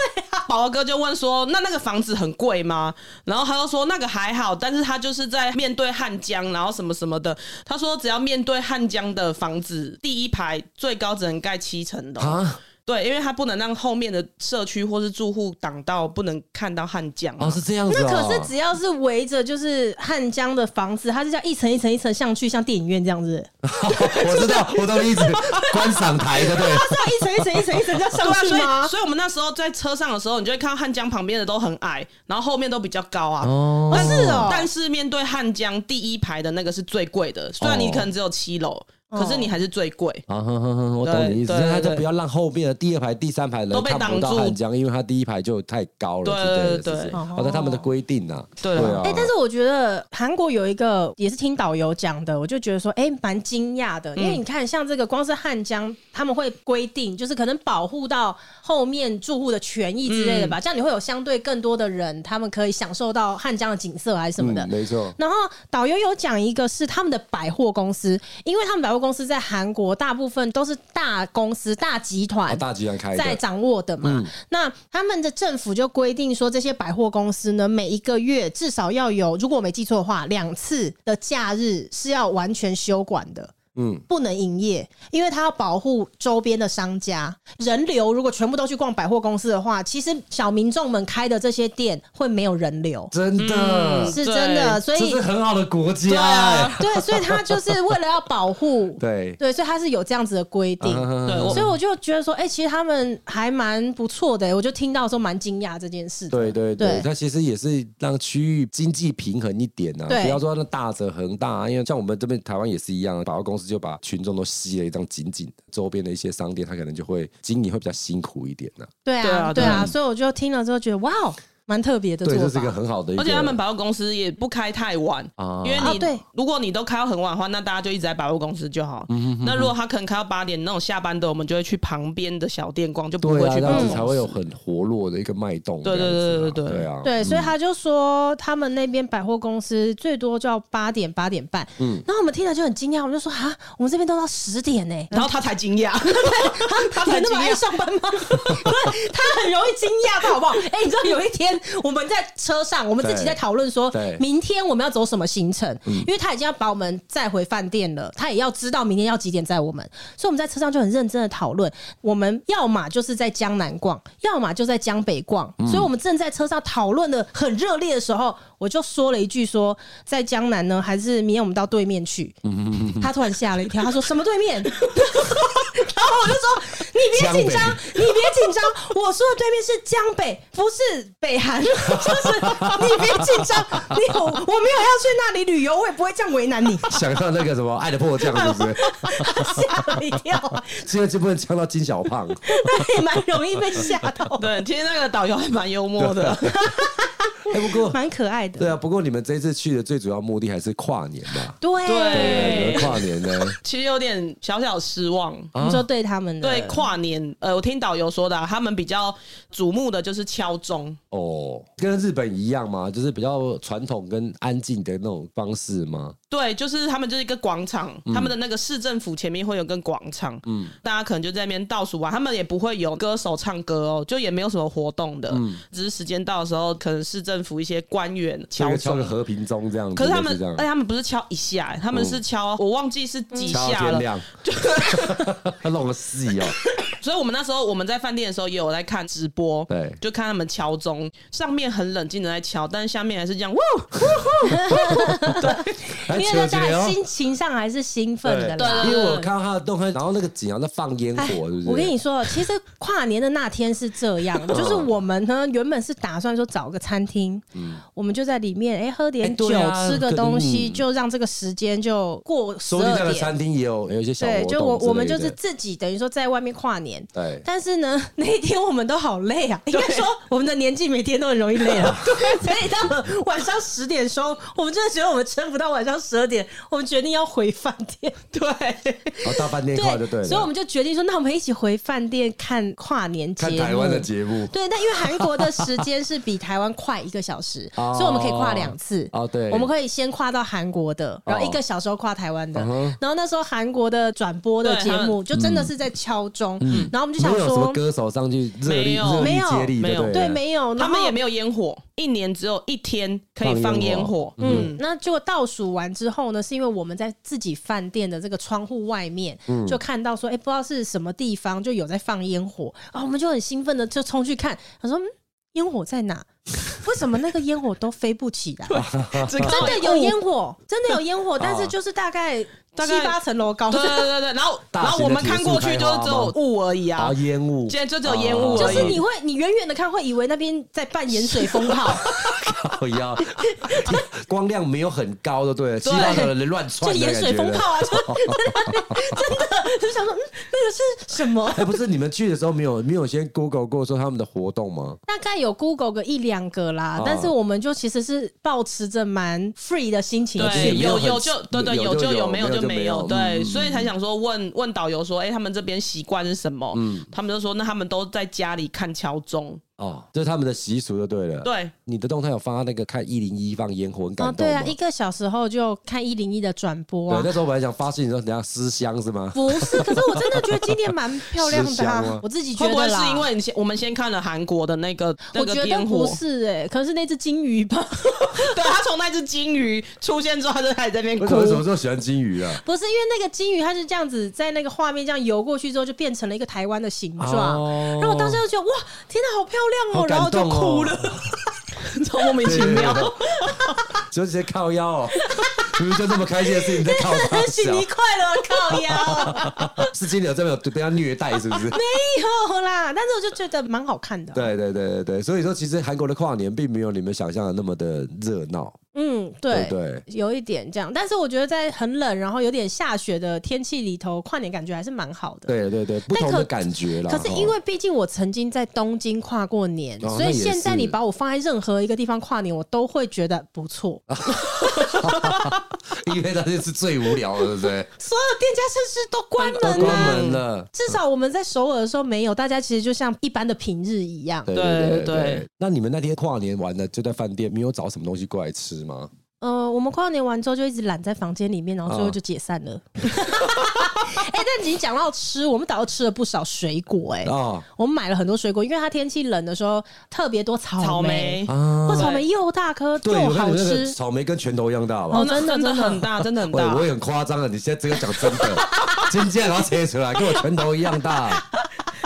[SPEAKER 3] 宝儿哥就问说：“那那个房子很贵吗？”然后他就说：“那个还好，但是他就是在面对汉江，然后什么什么的。”他说：“只要面对汉江的房子，第一排最高只能盖七层楼。”
[SPEAKER 2] 啊，
[SPEAKER 3] 对，因为他不能让后面的社区或是住户挡到，不能看到汉江嘛。
[SPEAKER 2] 哦，是这样子
[SPEAKER 1] 那
[SPEAKER 2] 哦。
[SPEAKER 1] 可是只要是围着就是汉江的房子，它是这样一层一层一层上去，像电影院这样子，
[SPEAKER 2] 我知道，我懂你意思，观赏台的对。
[SPEAKER 1] 它一层一层一层一层这样上去
[SPEAKER 3] 对啊，所
[SPEAKER 1] 吗
[SPEAKER 3] 以？所以我们那时候在车上的时候，你就会看到汉江旁边的都很矮，然后后面都比较高啊。
[SPEAKER 2] 哦，
[SPEAKER 1] 不是哦，
[SPEAKER 3] 但是面对汉江第一排的那个是最贵
[SPEAKER 2] 哦
[SPEAKER 3] 的，虽然你可能只有七楼，可是你还是最贵。
[SPEAKER 2] 啊，哼哼哼，我懂你意思，
[SPEAKER 3] 对对
[SPEAKER 2] 但他
[SPEAKER 3] 对
[SPEAKER 2] 就不要让后面的第二排、第三排的
[SPEAKER 3] 都
[SPEAKER 2] 人
[SPEAKER 3] 被
[SPEAKER 2] 看不
[SPEAKER 3] 挡
[SPEAKER 2] 到
[SPEAKER 3] 住
[SPEAKER 2] 汉江，因为他第一排就太高了
[SPEAKER 3] 对
[SPEAKER 2] 之类的
[SPEAKER 3] 对
[SPEAKER 2] 事情。
[SPEAKER 3] 对
[SPEAKER 2] 好在他们的规定呐，
[SPEAKER 3] 对
[SPEAKER 2] 啊
[SPEAKER 3] 啊
[SPEAKER 1] 哎、。但是我觉得韩国有一个也是听导游讲的，我就觉得说，哎、蛮惊讶的，因为你看，像这个光是汉江，他们会规定，就是可能保护到后面住户的权益之类的吧，这样你会有相对更多的人，他们可以享受到汉江的景色还是什么的。
[SPEAKER 2] 嗯，没错。
[SPEAKER 1] 然后导游有讲一个是他们的百货公司，因为他们百货公司在韩国大部分都是大公司、大集团、
[SPEAKER 2] 啊大集团开
[SPEAKER 1] 在
[SPEAKER 2] 的，嗯
[SPEAKER 1] 掌握的嘛。那他们的政府就规定说，这些百货公司呢，每一个月至少要有，如果我没记错的话，两次的假日是要完全休馆的。
[SPEAKER 2] 嗯，
[SPEAKER 1] 不能营业，因为它要保护周边的商家。人流如果全部都去逛百货公司的话，其实小民众们开的这些店会没有人流，
[SPEAKER 2] 真的，
[SPEAKER 1] 是真的。嗯所
[SPEAKER 2] 这
[SPEAKER 1] 以
[SPEAKER 2] 是很好的国
[SPEAKER 3] 对
[SPEAKER 2] 家
[SPEAKER 3] 啊
[SPEAKER 2] 欸。，，
[SPEAKER 1] 对，所以他就是为了要保护
[SPEAKER 2] 对
[SPEAKER 1] 对，所以他是有这样子的规定。
[SPEAKER 2] 啊
[SPEAKER 3] 对我
[SPEAKER 1] 所以我就觉得说，哎、其实他们还蛮不错的、我就听到的时候蛮惊讶这件事的。
[SPEAKER 2] 对对对
[SPEAKER 1] 对，
[SPEAKER 2] 它其实也是让区域经济平衡一点呐、
[SPEAKER 1] 对
[SPEAKER 2] 不要说那大者恒大、啊，因为像我们这边台湾也是一样，百货公司就把群众都吸了一张紧紧的，周边的一些商店，它可能就会经营会比较辛苦一点呐、
[SPEAKER 1] 对
[SPEAKER 3] 对
[SPEAKER 1] 啊，
[SPEAKER 3] 啊
[SPEAKER 1] 对
[SPEAKER 3] 对
[SPEAKER 1] 啊，
[SPEAKER 3] 啊
[SPEAKER 1] 所以我就听了之后觉得，哇，哦蛮特别的做
[SPEAKER 2] 对，
[SPEAKER 1] 法。
[SPEAKER 2] 这是一个很好的一个，
[SPEAKER 3] 而且他们百货公司也不开太晚，
[SPEAKER 2] 啊
[SPEAKER 3] 因为
[SPEAKER 1] 啊
[SPEAKER 3] 你、
[SPEAKER 1] 对
[SPEAKER 3] 如果你都开到很晚的话，那大家就一直在百货公司就好。
[SPEAKER 2] 嗯
[SPEAKER 3] 那如果他可能开到八点，那种下班的我们就会去旁边的小店逛，就不会
[SPEAKER 2] 对啊，
[SPEAKER 3] 去
[SPEAKER 2] 这
[SPEAKER 3] 百
[SPEAKER 2] 样
[SPEAKER 3] 货公
[SPEAKER 2] 子
[SPEAKER 3] 司。
[SPEAKER 2] 才会有很活络的一个脉动这样
[SPEAKER 3] 对对
[SPEAKER 2] 子啊、
[SPEAKER 3] 对对对
[SPEAKER 2] 对啊，
[SPEAKER 1] 对，所以他就说他们那边百货公司最多就要八点八点半，嗯，然后我们听了就很惊讶，我们就说啊，我们这边都到十点欸呢、
[SPEAKER 3] 然后他才 惊讶， 他
[SPEAKER 1] 你
[SPEAKER 3] 才
[SPEAKER 1] 那
[SPEAKER 3] 惊
[SPEAKER 1] 么爱
[SPEAKER 3] 讶。
[SPEAKER 1] 上班吗？ 不是，他很容易惊讶的好不 好？哎、你知道有一天我们在车上，我们自己
[SPEAKER 2] 对
[SPEAKER 1] 在讨论说
[SPEAKER 2] 对，
[SPEAKER 1] 明天我们要走什么行程？
[SPEAKER 3] 嗯
[SPEAKER 1] 因为他已经要把我们载回饭店了，他也要知道明天要几点载我们，所以我们在车上就很认真的讨论，我们要么就是在江南逛，要么就在江北逛。
[SPEAKER 3] 嗯
[SPEAKER 1] 所以我们正在车上讨论的很热烈的时候，我就说了一句说，在江南呢，还是明天我们到对面去？他突然吓了一跳，他说什么对面？ 然后我就说：“你别紧张
[SPEAKER 2] 江，
[SPEAKER 1] 你别紧张。”我说的对面是江北，不是北韩， 就是你别紧张，你有我没有要去那里旅游，我也不会这样为难你。
[SPEAKER 2] 想到那个什么《爱的迫降》是 不是？
[SPEAKER 1] 他吓了一跳，
[SPEAKER 2] 现在就不能呛到金小胖，
[SPEAKER 1] 也蛮容易被吓到的。
[SPEAKER 3] 对，其实那个导游还蛮幽默的。
[SPEAKER 2] 哎、不 过
[SPEAKER 1] 蛮可爱的。
[SPEAKER 2] 对啊，不过你们这次去的最主要目的还是跨年嘛？
[SPEAKER 1] 对
[SPEAKER 3] 对
[SPEAKER 2] 对，你们跨年呢？
[SPEAKER 3] 其实有点小小失望。
[SPEAKER 2] 啊
[SPEAKER 1] 你说对他们的
[SPEAKER 3] 对跨年，呃，我听导游说的啊、他们比较瞩目的就是敲钟，
[SPEAKER 2] 哦，跟日本一样吗？就是比较传统跟安静的那种方式吗？
[SPEAKER 3] 对，就是他们就是一个广场，他们的那个市政府前面会有个广场，嗯，大家可能就在那边倒数啊，他们也不会有歌手唱歌哦，就也没有什么活动的，只是时间到的时候，可能市政府一些官员
[SPEAKER 2] 敲
[SPEAKER 3] 敲
[SPEAKER 2] 个敲
[SPEAKER 3] 钟
[SPEAKER 2] 个。和平钟这样子，
[SPEAKER 3] 可是他
[SPEAKER 2] 类
[SPEAKER 3] 们
[SPEAKER 2] 似这，样
[SPEAKER 3] 哎，他们不是敲一下，他们是敲，我忘记是几
[SPEAKER 2] 敲到
[SPEAKER 3] 下
[SPEAKER 2] 天
[SPEAKER 3] 了。
[SPEAKER 2] 亮， 他弄个戏哦，
[SPEAKER 3] 所以我们那时候我们在饭店的时候也有在看直播，
[SPEAKER 2] 对
[SPEAKER 3] 就看他们敲钟，上面很冷静的在敲，但是下面还是这样，哇，
[SPEAKER 2] 来
[SPEAKER 1] 因为
[SPEAKER 2] 求
[SPEAKER 1] 大
[SPEAKER 2] 解
[SPEAKER 1] 家
[SPEAKER 2] 哦。
[SPEAKER 1] 心情上还是兴奋的
[SPEAKER 3] 对
[SPEAKER 1] 啦。
[SPEAKER 2] 因为我看到他的动态，然后那个景好啊像在放烟火，是不是？
[SPEAKER 1] 哎我跟你说，其实跨年的那天是这样， 就是我们呢原本是打算说找个餐厅，我们就在里面哎、喝
[SPEAKER 2] 哎
[SPEAKER 1] 点酒、
[SPEAKER 2] 对啊
[SPEAKER 1] 吃个东西，
[SPEAKER 2] 嗯
[SPEAKER 1] 就让这个时间就过十
[SPEAKER 2] 说不定他
[SPEAKER 1] 二
[SPEAKER 2] 的
[SPEAKER 1] 点
[SPEAKER 2] 餐。厅也有有一些小活
[SPEAKER 1] 对，
[SPEAKER 2] 动
[SPEAKER 1] 就我
[SPEAKER 2] 之类的
[SPEAKER 1] 我们就是自己等于说在外面跨年，
[SPEAKER 2] 对，
[SPEAKER 1] 但是呢，那一天我们都好累啊，应该说我们的年纪每天都很容易累 了。所以到晚上十点收，我们真的觉得我们撑不到晚上十二点，我们决定要回饭店。对
[SPEAKER 2] 然后哦到饭店跨就对了。
[SPEAKER 1] 所以我们就决定说，那我们一起回饭店看跨年节
[SPEAKER 2] 看
[SPEAKER 1] 目。
[SPEAKER 2] 台湾的节目
[SPEAKER 1] 对，但因为韩国的时间是比台湾快一个小时，
[SPEAKER 2] 哦
[SPEAKER 1] 所以我们可以跨两次。
[SPEAKER 2] 哦对哦
[SPEAKER 1] 我们可以先跨到韩国的，然后一个小时后跨台湾的。
[SPEAKER 2] 嗯哼
[SPEAKER 1] 然后那时候韩国的转播的
[SPEAKER 3] 对
[SPEAKER 1] 节
[SPEAKER 3] 他们
[SPEAKER 1] 目就真的是在敲钟，然后我们就想
[SPEAKER 2] 嗯没有什么
[SPEAKER 1] 说，
[SPEAKER 2] 歌啊手上去热力
[SPEAKER 3] 没有
[SPEAKER 2] 热力
[SPEAKER 1] 没有
[SPEAKER 2] 接力，
[SPEAKER 3] 没有
[SPEAKER 2] 对
[SPEAKER 1] 对，
[SPEAKER 2] 了
[SPEAKER 1] 没有，
[SPEAKER 3] 他们也没
[SPEAKER 1] 有。
[SPEAKER 3] 有烟火，一年只有一天可以
[SPEAKER 2] 放
[SPEAKER 3] 放
[SPEAKER 2] 烟
[SPEAKER 3] 烟
[SPEAKER 2] 火
[SPEAKER 3] 火，
[SPEAKER 1] 嗯，那结果倒数完之后呢，是因为我们在自己饭店的这个窗户外面，就看到说，哎、不知道是什么地方就有在放烟火啊，我们就很兴奋的就冲去看，他说嗯烟、火在哪？为什么那个烟火都飞不起来？
[SPEAKER 3] 只看
[SPEAKER 1] 真
[SPEAKER 3] 到
[SPEAKER 1] 的
[SPEAKER 3] 一
[SPEAKER 1] 有
[SPEAKER 3] 雾
[SPEAKER 1] 烟火，真的有烟火，但是就是大概
[SPEAKER 3] 大
[SPEAKER 1] 七
[SPEAKER 3] 概
[SPEAKER 1] 八层楼高，
[SPEAKER 3] 对对对对，然后
[SPEAKER 2] 大
[SPEAKER 3] 然
[SPEAKER 2] 型的
[SPEAKER 3] 后我们看过去就是只有雾而已
[SPEAKER 2] 然
[SPEAKER 3] 啊
[SPEAKER 2] 后，烟雾，
[SPEAKER 3] 现在就只有烟雾
[SPEAKER 2] 哦
[SPEAKER 3] 而已。
[SPEAKER 1] 就是你会你远远的看会以为那边在办盐水风 炮，
[SPEAKER 2] 靠腰，哦光亮没有很高的，对了，七八个人乱
[SPEAKER 1] 就
[SPEAKER 2] 窜的
[SPEAKER 1] 盐
[SPEAKER 2] 感觉
[SPEAKER 1] 水风
[SPEAKER 2] 了
[SPEAKER 1] 炮啊，就真的就想说，嗯，那个是什么？
[SPEAKER 2] 哎，不是你们去的时候没有没有先 Google 过说他们的活动吗？
[SPEAKER 1] 大概有 Google 个一两个啦，
[SPEAKER 2] 哦
[SPEAKER 1] 但是我们就其实是保持着蛮 free 的心情
[SPEAKER 2] 是也
[SPEAKER 3] 对，
[SPEAKER 2] 没
[SPEAKER 1] 去。
[SPEAKER 2] 有
[SPEAKER 3] 有
[SPEAKER 2] 很
[SPEAKER 3] 有就对对，
[SPEAKER 2] 有
[SPEAKER 3] 有
[SPEAKER 2] 就
[SPEAKER 3] 就
[SPEAKER 2] 有
[SPEAKER 3] 有，没有
[SPEAKER 2] 没有
[SPEAKER 3] 就
[SPEAKER 2] 就没
[SPEAKER 3] 没
[SPEAKER 2] 有嗯
[SPEAKER 3] 有，对，所以才想说问问导游说，哎，他们这边习惯是什么？他们就说，那他们都在家里看敲钟，
[SPEAKER 2] 哦，这是他们的习俗就对了。，
[SPEAKER 3] 对，
[SPEAKER 2] 你的动态有发那个看一零一放烟火，很
[SPEAKER 1] 啊，
[SPEAKER 2] 感动
[SPEAKER 1] 对
[SPEAKER 2] 吗。
[SPEAKER 1] 啊，一个小时后就看一零一的转播
[SPEAKER 2] 对
[SPEAKER 1] 啊。
[SPEAKER 2] 那时候本来想发信，你说等一下思乡是吗？
[SPEAKER 1] 不是，可是我真的觉得今天蛮漂亮
[SPEAKER 2] 是
[SPEAKER 1] 的、
[SPEAKER 2] 香吗
[SPEAKER 1] 啊，我自己觉
[SPEAKER 3] 会不
[SPEAKER 1] 得
[SPEAKER 3] 会
[SPEAKER 1] 啦。
[SPEAKER 3] 是因为你先我们先看了韩国的那个那
[SPEAKER 1] 我
[SPEAKER 3] 个
[SPEAKER 1] 觉得
[SPEAKER 3] 烟
[SPEAKER 1] 不
[SPEAKER 3] 火？
[SPEAKER 1] 是哎、可能是那只金鱼 吧？
[SPEAKER 3] 对他从那只金鱼出现之后，他就开始在那边
[SPEAKER 2] 为什么什
[SPEAKER 3] 哭
[SPEAKER 2] 么。时候喜欢金鱼啊？
[SPEAKER 1] 不是，因为那个金鱼它是这样子在那个画面这样游过去之后，就变成了一个台湾的形状。
[SPEAKER 2] 哦
[SPEAKER 1] 然后我当时就觉得哇，天哪，好漂亮哦！
[SPEAKER 2] 好
[SPEAKER 1] 然
[SPEAKER 2] 感
[SPEAKER 1] 后就
[SPEAKER 2] 动哦
[SPEAKER 1] 哭了。
[SPEAKER 3] 超莫名
[SPEAKER 2] 对
[SPEAKER 3] 其
[SPEAKER 2] 对对
[SPEAKER 3] 妙，
[SPEAKER 2] 对 就直接靠 腰哦。你们就这么开心的事情在靠他
[SPEAKER 1] 新
[SPEAKER 2] 笑
[SPEAKER 1] 年，快乐，靠 腰。
[SPEAKER 2] 是金牛这边有被他虐待是不是？
[SPEAKER 1] 没有啦，但是我就觉得蛮好看的。，
[SPEAKER 2] 对对对对对，所以说其实韩国的跨年并没有你们想象的那么的热闹，
[SPEAKER 1] 嗯，对
[SPEAKER 2] 对不对？
[SPEAKER 1] 有一点这样，但是我觉得在很冷，然后有点下雪的天气里头，跨年感觉还是蛮好的。
[SPEAKER 2] 对对对，不同的感觉啦。
[SPEAKER 1] 可是因为毕竟我曾经在东京跨过年，
[SPEAKER 2] 哦
[SPEAKER 1] 所
[SPEAKER 2] 那也
[SPEAKER 1] 以
[SPEAKER 2] 是
[SPEAKER 1] 现在你把我放在任何一个地方跨年，我都会觉得不错。
[SPEAKER 2] 啊哈因为那天是最无聊的，对不对？
[SPEAKER 1] 所有店家甚至都关
[SPEAKER 2] 都
[SPEAKER 1] 门
[SPEAKER 2] 关
[SPEAKER 1] 了、
[SPEAKER 2] 门了。
[SPEAKER 1] 至少我们在首尔的时候没有，大家其实就像一般的平日一样。
[SPEAKER 2] 对对对
[SPEAKER 3] 对
[SPEAKER 2] 对
[SPEAKER 3] 对。
[SPEAKER 2] 那你们那天跨年玩的就在饭店，没有找什么东西过来吃吗？
[SPEAKER 1] 呃，我们跨年完之后就一直懒在房间里面，然后最后
[SPEAKER 2] 啊
[SPEAKER 1] 就解散了。 哎、但你讲到吃，我们导游吃了不少水果、哎、
[SPEAKER 2] 啊
[SPEAKER 1] 我们买了很多水果，因为它天气冷的时候特别多草莓，
[SPEAKER 3] 草莓。嗯
[SPEAKER 1] 或
[SPEAKER 2] 啊！
[SPEAKER 1] 草莓又大颗
[SPEAKER 2] 对，
[SPEAKER 1] 又
[SPEAKER 2] 我看
[SPEAKER 1] 好
[SPEAKER 2] 你那个
[SPEAKER 1] 吃。
[SPEAKER 2] 草莓跟拳头一样大吧？
[SPEAKER 1] 哦
[SPEAKER 3] 那
[SPEAKER 1] 真的
[SPEAKER 3] 真的
[SPEAKER 1] 真的
[SPEAKER 3] 很大，真的很
[SPEAKER 2] 喂，
[SPEAKER 3] 大
[SPEAKER 2] 我。也很夸张了，你现在只有讲真的， 今天把它切出来，跟我拳头一样大，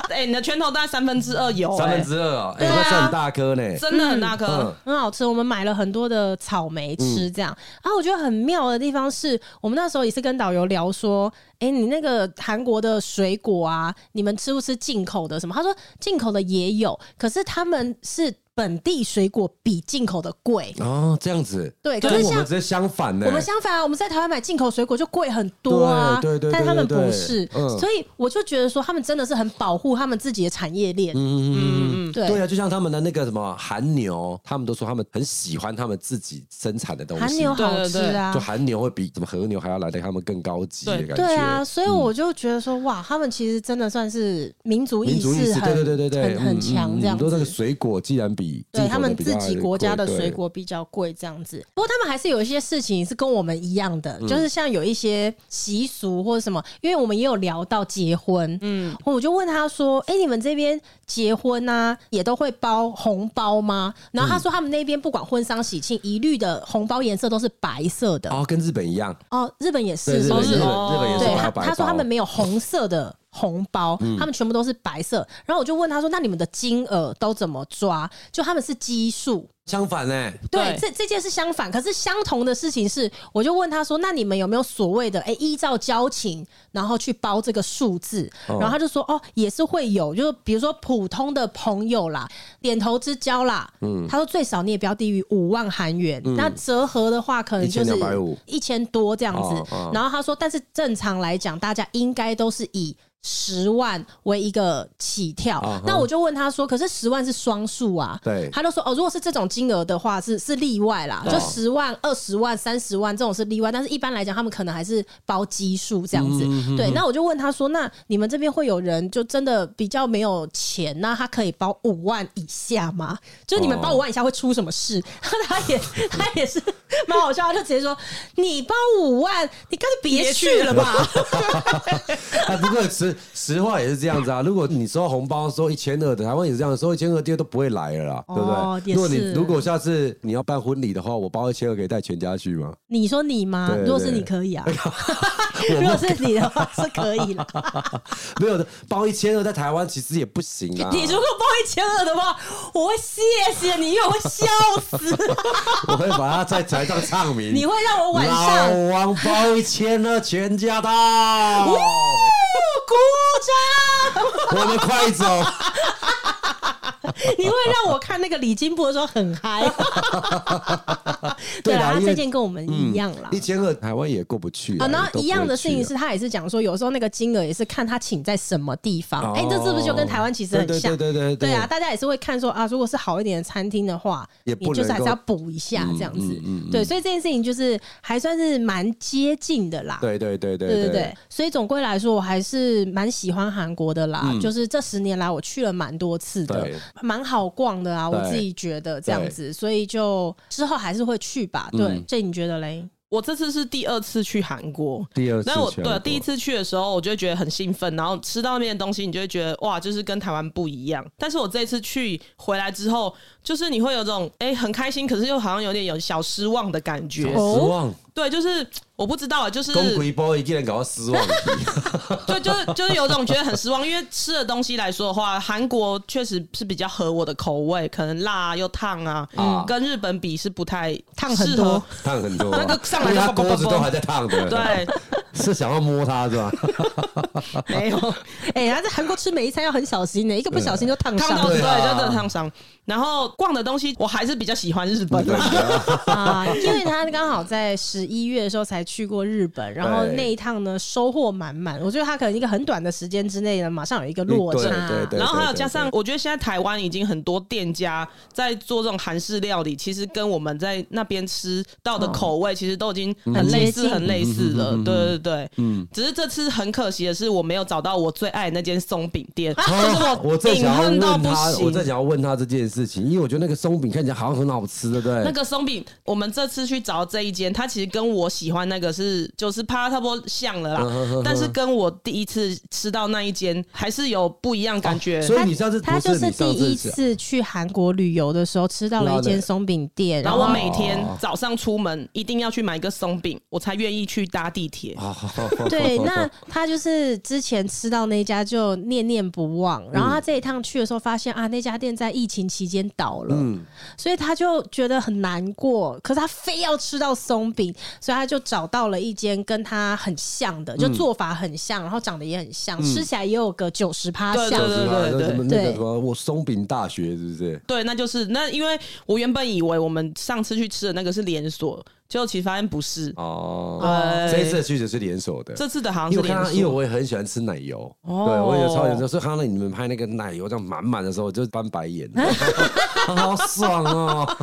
[SPEAKER 3] 哎，你的拳头大概三分之二有，
[SPEAKER 2] 三分
[SPEAKER 3] 哎
[SPEAKER 2] 之二哦，哎，
[SPEAKER 3] 对啊
[SPEAKER 2] 那是很大颗呢。
[SPEAKER 3] 真的很大颗
[SPEAKER 2] 嗯。
[SPEAKER 1] 很好吃，我们买了很多的草莓吃，这样。然后我觉得很妙的地方是，我们那时候也是跟导游聊说，哎、你那个韩国的水果啊，你们吃不吃进口的什么？他说进口的也有，可是他们是本地水果比进口的贵。
[SPEAKER 2] 哦，这样子，
[SPEAKER 1] 对可
[SPEAKER 2] 跟
[SPEAKER 1] 是
[SPEAKER 2] 我
[SPEAKER 1] 像
[SPEAKER 2] 们直接相反呢。
[SPEAKER 1] 我们相反啊，我们在台湾买进口水果就贵很多啊，
[SPEAKER 2] 对对对对
[SPEAKER 1] 但他们
[SPEAKER 2] 对对
[SPEAKER 1] 不是，
[SPEAKER 2] 嗯
[SPEAKER 1] 所以我就觉得说他们真的是很保护他们自己的产业链，
[SPEAKER 2] 嗯嗯嗯嗯，
[SPEAKER 1] 对
[SPEAKER 2] 对啊，就像他们的那个什么韩牛，他们都说他们很喜欢他们自己生产的东西，
[SPEAKER 1] 韩牛好吃啊
[SPEAKER 2] 就。韩牛会比什么和牛还要来的他们更高级的
[SPEAKER 3] 对
[SPEAKER 2] 感觉。嗯
[SPEAKER 1] 对啊，所以我就觉得说，哇，他们其实真的算是民族
[SPEAKER 2] 民
[SPEAKER 1] 意
[SPEAKER 2] 族意
[SPEAKER 1] 识
[SPEAKER 2] 识，
[SPEAKER 1] 很
[SPEAKER 2] 对对对对对，嗯
[SPEAKER 1] 很很强这样
[SPEAKER 2] 你说这个
[SPEAKER 1] 子。
[SPEAKER 2] 水果既然比进
[SPEAKER 1] 对
[SPEAKER 2] 口的
[SPEAKER 1] 他们
[SPEAKER 2] 比
[SPEAKER 1] 自
[SPEAKER 2] 较
[SPEAKER 1] 己国家的
[SPEAKER 2] 贵
[SPEAKER 1] 水，果比较贵，这样子。不过他们还是有一些事情是跟我们一样
[SPEAKER 2] 嗯
[SPEAKER 1] 的，就是像有一些习俗或者什么，因为我们也有聊到结婚，嗯，我就问他说：“哎、你们这边结婚啊，也都会包红包吗？”然
[SPEAKER 2] 嗯
[SPEAKER 1] 后他说他们那边不管婚丧喜庆，一律的红包颜色都是白色的。
[SPEAKER 2] 对哦，跟日本一样，
[SPEAKER 1] 哦，日本也
[SPEAKER 2] 对
[SPEAKER 1] 是，
[SPEAKER 2] 日
[SPEAKER 1] 是不
[SPEAKER 2] 本
[SPEAKER 1] 是
[SPEAKER 2] 日本日
[SPEAKER 3] 哦
[SPEAKER 2] 本也是
[SPEAKER 1] 对
[SPEAKER 2] 要
[SPEAKER 1] 他，
[SPEAKER 2] 白
[SPEAKER 1] 他说
[SPEAKER 2] 包嗯
[SPEAKER 1] 他们没有红色的红包，他们全部都是白色。然后我就问他说：“那你们的金额都怎么抓？”就他们是基数。
[SPEAKER 2] 相反呢，
[SPEAKER 1] 对
[SPEAKER 3] 对，
[SPEAKER 1] 这这件事相反，可是相同的事情是，我就问他说：“那你们有没有所谓的哎、依照交情，然后去包这个数字？”然后他就说：“哦，也是会有，就是比如说普通的朋友啦，点头之交啦，嗯，他说最少你也不要低于五万韩元，那折合的话可能就是
[SPEAKER 2] 1250
[SPEAKER 1] 一千多这样子。
[SPEAKER 2] 哦哦
[SPEAKER 1] 然后他说，但是正常来讲，大家应该都是以十万为一个起跳。
[SPEAKER 2] 啊哈
[SPEAKER 1] 那我就问他说，可是十万是双数啊？
[SPEAKER 2] 对
[SPEAKER 1] 他就说哦，如果是这种金额的话，是是例外啦，就十万、二十万、三十万这种是例外，但是一般来讲，他们可能还是包基数这样子。对，那我就问他说，那你们这边会有人就真的比较没有钱，那他可以包五万以下吗？就是你们包
[SPEAKER 2] 哦
[SPEAKER 1] 五万以下会出什么事？ 他也他也是蛮好笑，他就直接说你包五万，你干脆别去了吧。
[SPEAKER 2] 哎，不过实实话也是这样子啊。如果你收红包收一千二的，台湾也是这样，收一千二第二都不会来了啦，对
[SPEAKER 1] 哦
[SPEAKER 2] 不对？
[SPEAKER 1] 也
[SPEAKER 2] 如果你
[SPEAKER 1] 是
[SPEAKER 2] 如果下次你要办婚礼的话，我包一千二可以带全家去 吗？
[SPEAKER 1] 你说你吗？
[SPEAKER 2] 对对
[SPEAKER 1] 如果是你可以 啊，
[SPEAKER 2] 我
[SPEAKER 1] 如
[SPEAKER 2] 不
[SPEAKER 1] 果是你的话是可以 啦。
[SPEAKER 2] 没有的，包一千二在台湾其实也不行 啊。
[SPEAKER 1] 你如果报一千二的话，我会谢谢你，因为我会笑 死，
[SPEAKER 2] 我会把它在台上唱名。
[SPEAKER 1] 你会让我晚上
[SPEAKER 2] 老王包一千二，全家到，我
[SPEAKER 1] 鼓
[SPEAKER 2] 们快走。
[SPEAKER 1] 掌，你会让我看那个李金波的时候很 嗨。对
[SPEAKER 2] 啦
[SPEAKER 1] 啦，他
[SPEAKER 2] 啊因为嗯
[SPEAKER 1] 这件跟我们一样啦。
[SPEAKER 2] 一千二台湾也过不去
[SPEAKER 1] 啊，
[SPEAKER 2] 啊。
[SPEAKER 1] 然后
[SPEAKER 2] 也都不会
[SPEAKER 1] 一样的事情是，
[SPEAKER 2] 去啊。
[SPEAKER 1] 他也是讲说，有时候那个金额也是看他请在什么地方。哎、这是不是就跟台湾其实很像？
[SPEAKER 2] 哦对对对对对
[SPEAKER 1] 对啊，大家也是会看说啊，如果是好一点的餐厅的话，
[SPEAKER 2] 也
[SPEAKER 1] 你
[SPEAKER 2] 不
[SPEAKER 1] 就是
[SPEAKER 2] 能
[SPEAKER 1] 还
[SPEAKER 2] 够嗯
[SPEAKER 1] 是要补一下这样子。对，所以这件事情就是还算是蛮接近的啦。
[SPEAKER 2] 对对对对
[SPEAKER 1] 对对对，所以总归来说，我还是蛮喜欢韩国的啦。就是这十年来，我去了蛮多次的
[SPEAKER 2] 嗯对，
[SPEAKER 1] 蛮好逛的啊，我
[SPEAKER 2] 对嗯
[SPEAKER 1] 自己觉得这样子，所以就之后还是会去吧。对，这你觉得嘞？
[SPEAKER 3] 我这次是第二次去韩国。
[SPEAKER 2] 第二次
[SPEAKER 3] 那我
[SPEAKER 2] 去韩
[SPEAKER 3] 对啊
[SPEAKER 2] 国
[SPEAKER 3] 第一次去的时候，我就会觉得很兴奋，然后吃到那边的东西，你就会觉得哇，就是跟台湾不一样。但是我这一次去回来之后，就是你会有种哎、很开心，可是又好像有点有小失望的感觉。
[SPEAKER 1] 哦
[SPEAKER 2] 失望，
[SPEAKER 3] 对，就是我不知道，啊就是
[SPEAKER 2] 公鬼包一个人搞到失望。
[SPEAKER 3] 对，就是就是有种觉得很失望，因为吃的东西来说的话，韩国确实是比较合我的口味，可能辣啊又烫啊，
[SPEAKER 2] 啊
[SPEAKER 3] 跟日本比是不太
[SPEAKER 1] 烫很
[SPEAKER 3] 适合
[SPEAKER 1] 多。
[SPEAKER 2] 烫很多啊，
[SPEAKER 3] 那个上来
[SPEAKER 2] 因为它
[SPEAKER 3] 就啵啵
[SPEAKER 2] 锅子
[SPEAKER 3] 啵
[SPEAKER 2] 都还在烫的，，
[SPEAKER 3] 对，
[SPEAKER 2] 是想要摸它 是吧？
[SPEAKER 3] 没有
[SPEAKER 1] 哎、他在韩国吃每一餐要很小心呢、欸一个不小心就烫
[SPEAKER 3] 烫
[SPEAKER 1] 伤
[SPEAKER 3] 到
[SPEAKER 1] 了
[SPEAKER 3] 对，
[SPEAKER 2] 对啊
[SPEAKER 3] 就真的烫伤。然后逛的东西，我还是比较喜欢日本
[SPEAKER 2] 对
[SPEAKER 3] 啦。
[SPEAKER 1] 啊！因为他刚好在十一月的时候才去过日本，然后
[SPEAKER 2] 对
[SPEAKER 1] 那一趟呢收获满满。我觉得他可能一个很短的时间之内呢，马上有一个落
[SPEAKER 2] 对
[SPEAKER 1] 差。
[SPEAKER 2] 对对
[SPEAKER 3] 然后还有加
[SPEAKER 2] 对
[SPEAKER 3] 上
[SPEAKER 2] 对，
[SPEAKER 3] 我觉得现在台湾已经很多店家在做这种韩式料理，其实跟我们在那边吃到的口味其实都已经很类似、
[SPEAKER 1] 嗯
[SPEAKER 3] 很类似了。对对对，嗯。只是这次很可惜的是，我没有找到我最爱的那间松饼店， 就是
[SPEAKER 2] 啊我正
[SPEAKER 3] 隐
[SPEAKER 2] 想要
[SPEAKER 3] 恨
[SPEAKER 2] 问
[SPEAKER 3] 到不
[SPEAKER 2] 他，我
[SPEAKER 3] 行
[SPEAKER 2] 正。想要问他这件事情，因为我觉得那个松饼看起来好像很好吃，对不对？
[SPEAKER 3] 那个松饼，我们这次去找这一间，它其实跟我喜欢那个是就是趴差不多像了啦，但是跟我第一次吃到那一间还是有不一样感觉。
[SPEAKER 2] 所以你上次
[SPEAKER 1] 他
[SPEAKER 2] 不
[SPEAKER 1] 就是
[SPEAKER 2] 你
[SPEAKER 1] 第
[SPEAKER 2] 上次
[SPEAKER 1] 一次去韩国旅游的时候，吃到了一间松饼店，
[SPEAKER 3] 然
[SPEAKER 1] 然
[SPEAKER 3] 后我
[SPEAKER 1] 后
[SPEAKER 3] 每天
[SPEAKER 2] 哦
[SPEAKER 3] 早上出门一定要去买一个松饼，我才愿意去搭地铁。
[SPEAKER 2] 啊，
[SPEAKER 1] 对，那他就是之
[SPEAKER 3] 嗯
[SPEAKER 1] 前吃到那一家就念念不忘，然后他这一趟去的时候发现啊，那家店在疫情期期间倒了，
[SPEAKER 3] 嗯
[SPEAKER 1] 所以他就觉得很难过。可是他非要吃到松饼，所以他就找到了一间跟他很像的，
[SPEAKER 3] 嗯
[SPEAKER 1] 就做法很像，然后长得也很像，吃起来也有个九十趴
[SPEAKER 3] 对
[SPEAKER 1] 像。
[SPEAKER 3] 对对对对
[SPEAKER 2] 什么那
[SPEAKER 1] 对
[SPEAKER 2] 个什么，我松饼大学是不是？
[SPEAKER 3] 对，那就是那，因为我原本以为我们上次去吃的那个是连锁，结果其实发现不是。
[SPEAKER 2] 哦，
[SPEAKER 3] 呃，
[SPEAKER 2] 这一次的去的是连锁的，
[SPEAKER 3] 这次的好像
[SPEAKER 2] 因为
[SPEAKER 3] 是
[SPEAKER 2] 我看到，
[SPEAKER 3] 连
[SPEAKER 2] 因为
[SPEAKER 3] 锁。
[SPEAKER 2] 我也很喜欢吃奶油，
[SPEAKER 3] 哦
[SPEAKER 2] 对我也超喜欢吃，所以看到你们拍那个奶油这样满满的时候，我就翻白 眼， 好爽哦！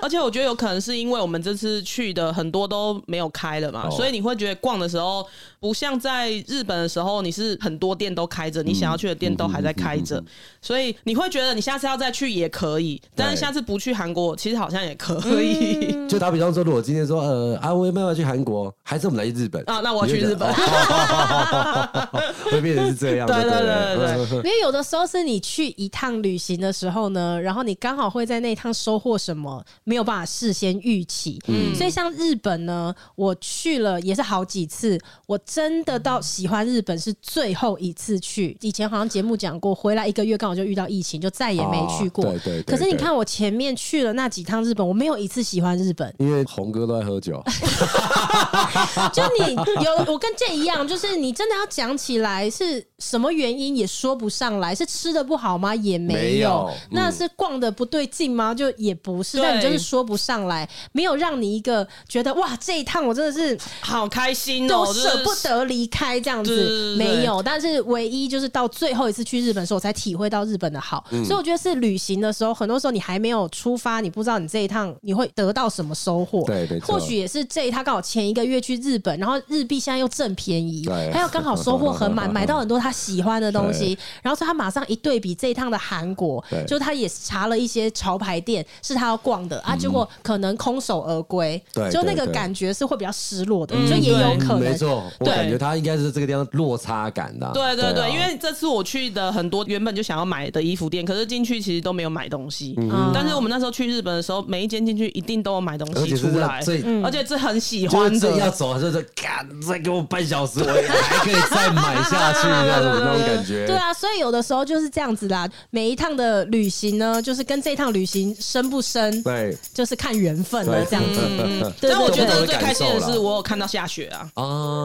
[SPEAKER 3] 而且我觉得有可能是因为我们这次去的很多都没有开了嘛，
[SPEAKER 2] 哦
[SPEAKER 3] 所以你会觉得逛的时候不像在日本的时候，你是很多店都开着，
[SPEAKER 2] 嗯
[SPEAKER 3] 你想要去的店都还在开着，所以你会觉得你下次要再去也可以，但是下次不去韩国其实好像也可以。
[SPEAKER 2] 就打比方说，如果今天说，呃，啊，我有没有要去韩国，还是我们来去日本
[SPEAKER 3] 啊那我要去日本
[SPEAKER 2] 你就觉得哦 会变成是这样，
[SPEAKER 3] 对
[SPEAKER 2] 对
[SPEAKER 3] 对
[SPEAKER 2] 了
[SPEAKER 3] 对对
[SPEAKER 1] 因为有的时候是你去一趟旅行的时候呢，然后你刚好会在那一趟收获什么，没有办法事先预期。
[SPEAKER 2] 嗯
[SPEAKER 1] 所以像日本呢，我去了也是好几次，我真的到喜欢日本是最后一次去。以前好像节目讲过，回来一个月刚好就遇到疫情，就再也没去过。
[SPEAKER 2] 哦对对对
[SPEAKER 1] 可是你
[SPEAKER 2] 对
[SPEAKER 1] 看我前面去了那几趟日本，我没有一次喜欢日本。
[SPEAKER 2] 因为红哥都在喝
[SPEAKER 3] 哦
[SPEAKER 2] 酒，
[SPEAKER 1] 就你有我跟这一样，就是你真的要讲起来是什么原因也说不上来，是吃的不好吗？也没有，
[SPEAKER 2] 没有嗯
[SPEAKER 1] 那是逛的不对劲吗？就也不是，
[SPEAKER 3] 对
[SPEAKER 1] 但你就是说不上来，没有让你一个觉得哇，这一趟我真的是
[SPEAKER 3] 好开心哦、
[SPEAKER 1] 都
[SPEAKER 3] 就是
[SPEAKER 1] 舍不得离开这样
[SPEAKER 3] 对
[SPEAKER 1] 子，
[SPEAKER 3] 对对对
[SPEAKER 1] 没有。但是唯一就是到最后一次去日本的时候，我才体会到日本的好。
[SPEAKER 2] 嗯
[SPEAKER 1] 所以我觉得是旅行的时候，很多时候你还没有出发，你不知道你这一趟你会得到什么收获。
[SPEAKER 2] 对没错
[SPEAKER 1] 或许也是这一趟刚好前一个月去日本，然后日币现在又正便宜
[SPEAKER 2] 对，
[SPEAKER 1] 还有刚好收获很 满，买到很多他喜欢的东西。然后所以他马上一对比这一趟的韩国
[SPEAKER 2] 对，
[SPEAKER 1] 就他也查了一些潮牌店是他要逛的啊，结果可能空手而归
[SPEAKER 2] 嗯对，
[SPEAKER 1] 就那
[SPEAKER 2] 对
[SPEAKER 1] 个
[SPEAKER 2] 对
[SPEAKER 1] 感觉是会比较失落的，就也有
[SPEAKER 3] 对
[SPEAKER 1] 可能
[SPEAKER 2] 嗯没。错，我
[SPEAKER 3] 对
[SPEAKER 2] 感觉他应该是这个地方落差感的，
[SPEAKER 3] 对对对，
[SPEAKER 2] 啊
[SPEAKER 3] 因为这次我去的很多原本就想要买的衣服店，可是进去其实都没有买东西。
[SPEAKER 2] 嗯
[SPEAKER 1] 嗯
[SPEAKER 3] 但是我们那时候去日本的时候，每一间进去一定都有买东
[SPEAKER 2] 而
[SPEAKER 3] 西
[SPEAKER 2] 且是
[SPEAKER 3] 出来，
[SPEAKER 2] 最
[SPEAKER 3] 而且这很喜
[SPEAKER 2] 就是
[SPEAKER 3] 欢
[SPEAKER 2] 这要
[SPEAKER 3] 的。
[SPEAKER 2] 走，就是干，再给我半小时，我还可以再买下去，这样子那种感 觉。
[SPEAKER 1] 对啊，所以有的时候就是这样子啦。每一趟的旅行呢，就是跟这一趟旅行深不深，
[SPEAKER 2] 对
[SPEAKER 1] 就是看缘分了
[SPEAKER 3] 啊
[SPEAKER 2] 对，
[SPEAKER 1] 这样子。
[SPEAKER 2] 嗯
[SPEAKER 1] 对
[SPEAKER 3] 但我
[SPEAKER 1] 对
[SPEAKER 3] 觉
[SPEAKER 2] 懂
[SPEAKER 3] 得
[SPEAKER 2] 得
[SPEAKER 3] 最
[SPEAKER 2] 感
[SPEAKER 3] 开心的
[SPEAKER 2] 受啦
[SPEAKER 3] 是，我有看到下雪啊，
[SPEAKER 2] 啊，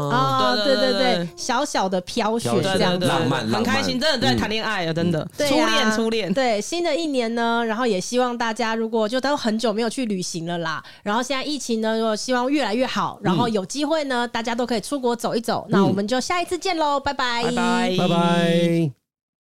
[SPEAKER 1] 啊，
[SPEAKER 3] 对
[SPEAKER 1] 对
[SPEAKER 3] 对
[SPEAKER 1] 对
[SPEAKER 3] 对
[SPEAKER 1] 对
[SPEAKER 3] 对，
[SPEAKER 1] 小小的飘雪
[SPEAKER 2] 飘雪
[SPEAKER 1] 这
[SPEAKER 3] 对对
[SPEAKER 1] 样子。
[SPEAKER 3] 对，
[SPEAKER 2] 浪漫浪漫
[SPEAKER 3] 很开心，真的在谈恋爱啊，真的初
[SPEAKER 1] 对啊
[SPEAKER 3] 恋初恋。
[SPEAKER 1] 对新的一年呢，然后也希望大家如果就都很久没有去旅行了啦，然后现在疫情呢，就希望越来越好，然
[SPEAKER 3] 嗯
[SPEAKER 1] 后有机会呢，大家都可以出国走一走。那我们就下一次见喽，拜拜，
[SPEAKER 3] 拜拜
[SPEAKER 2] 拜拜。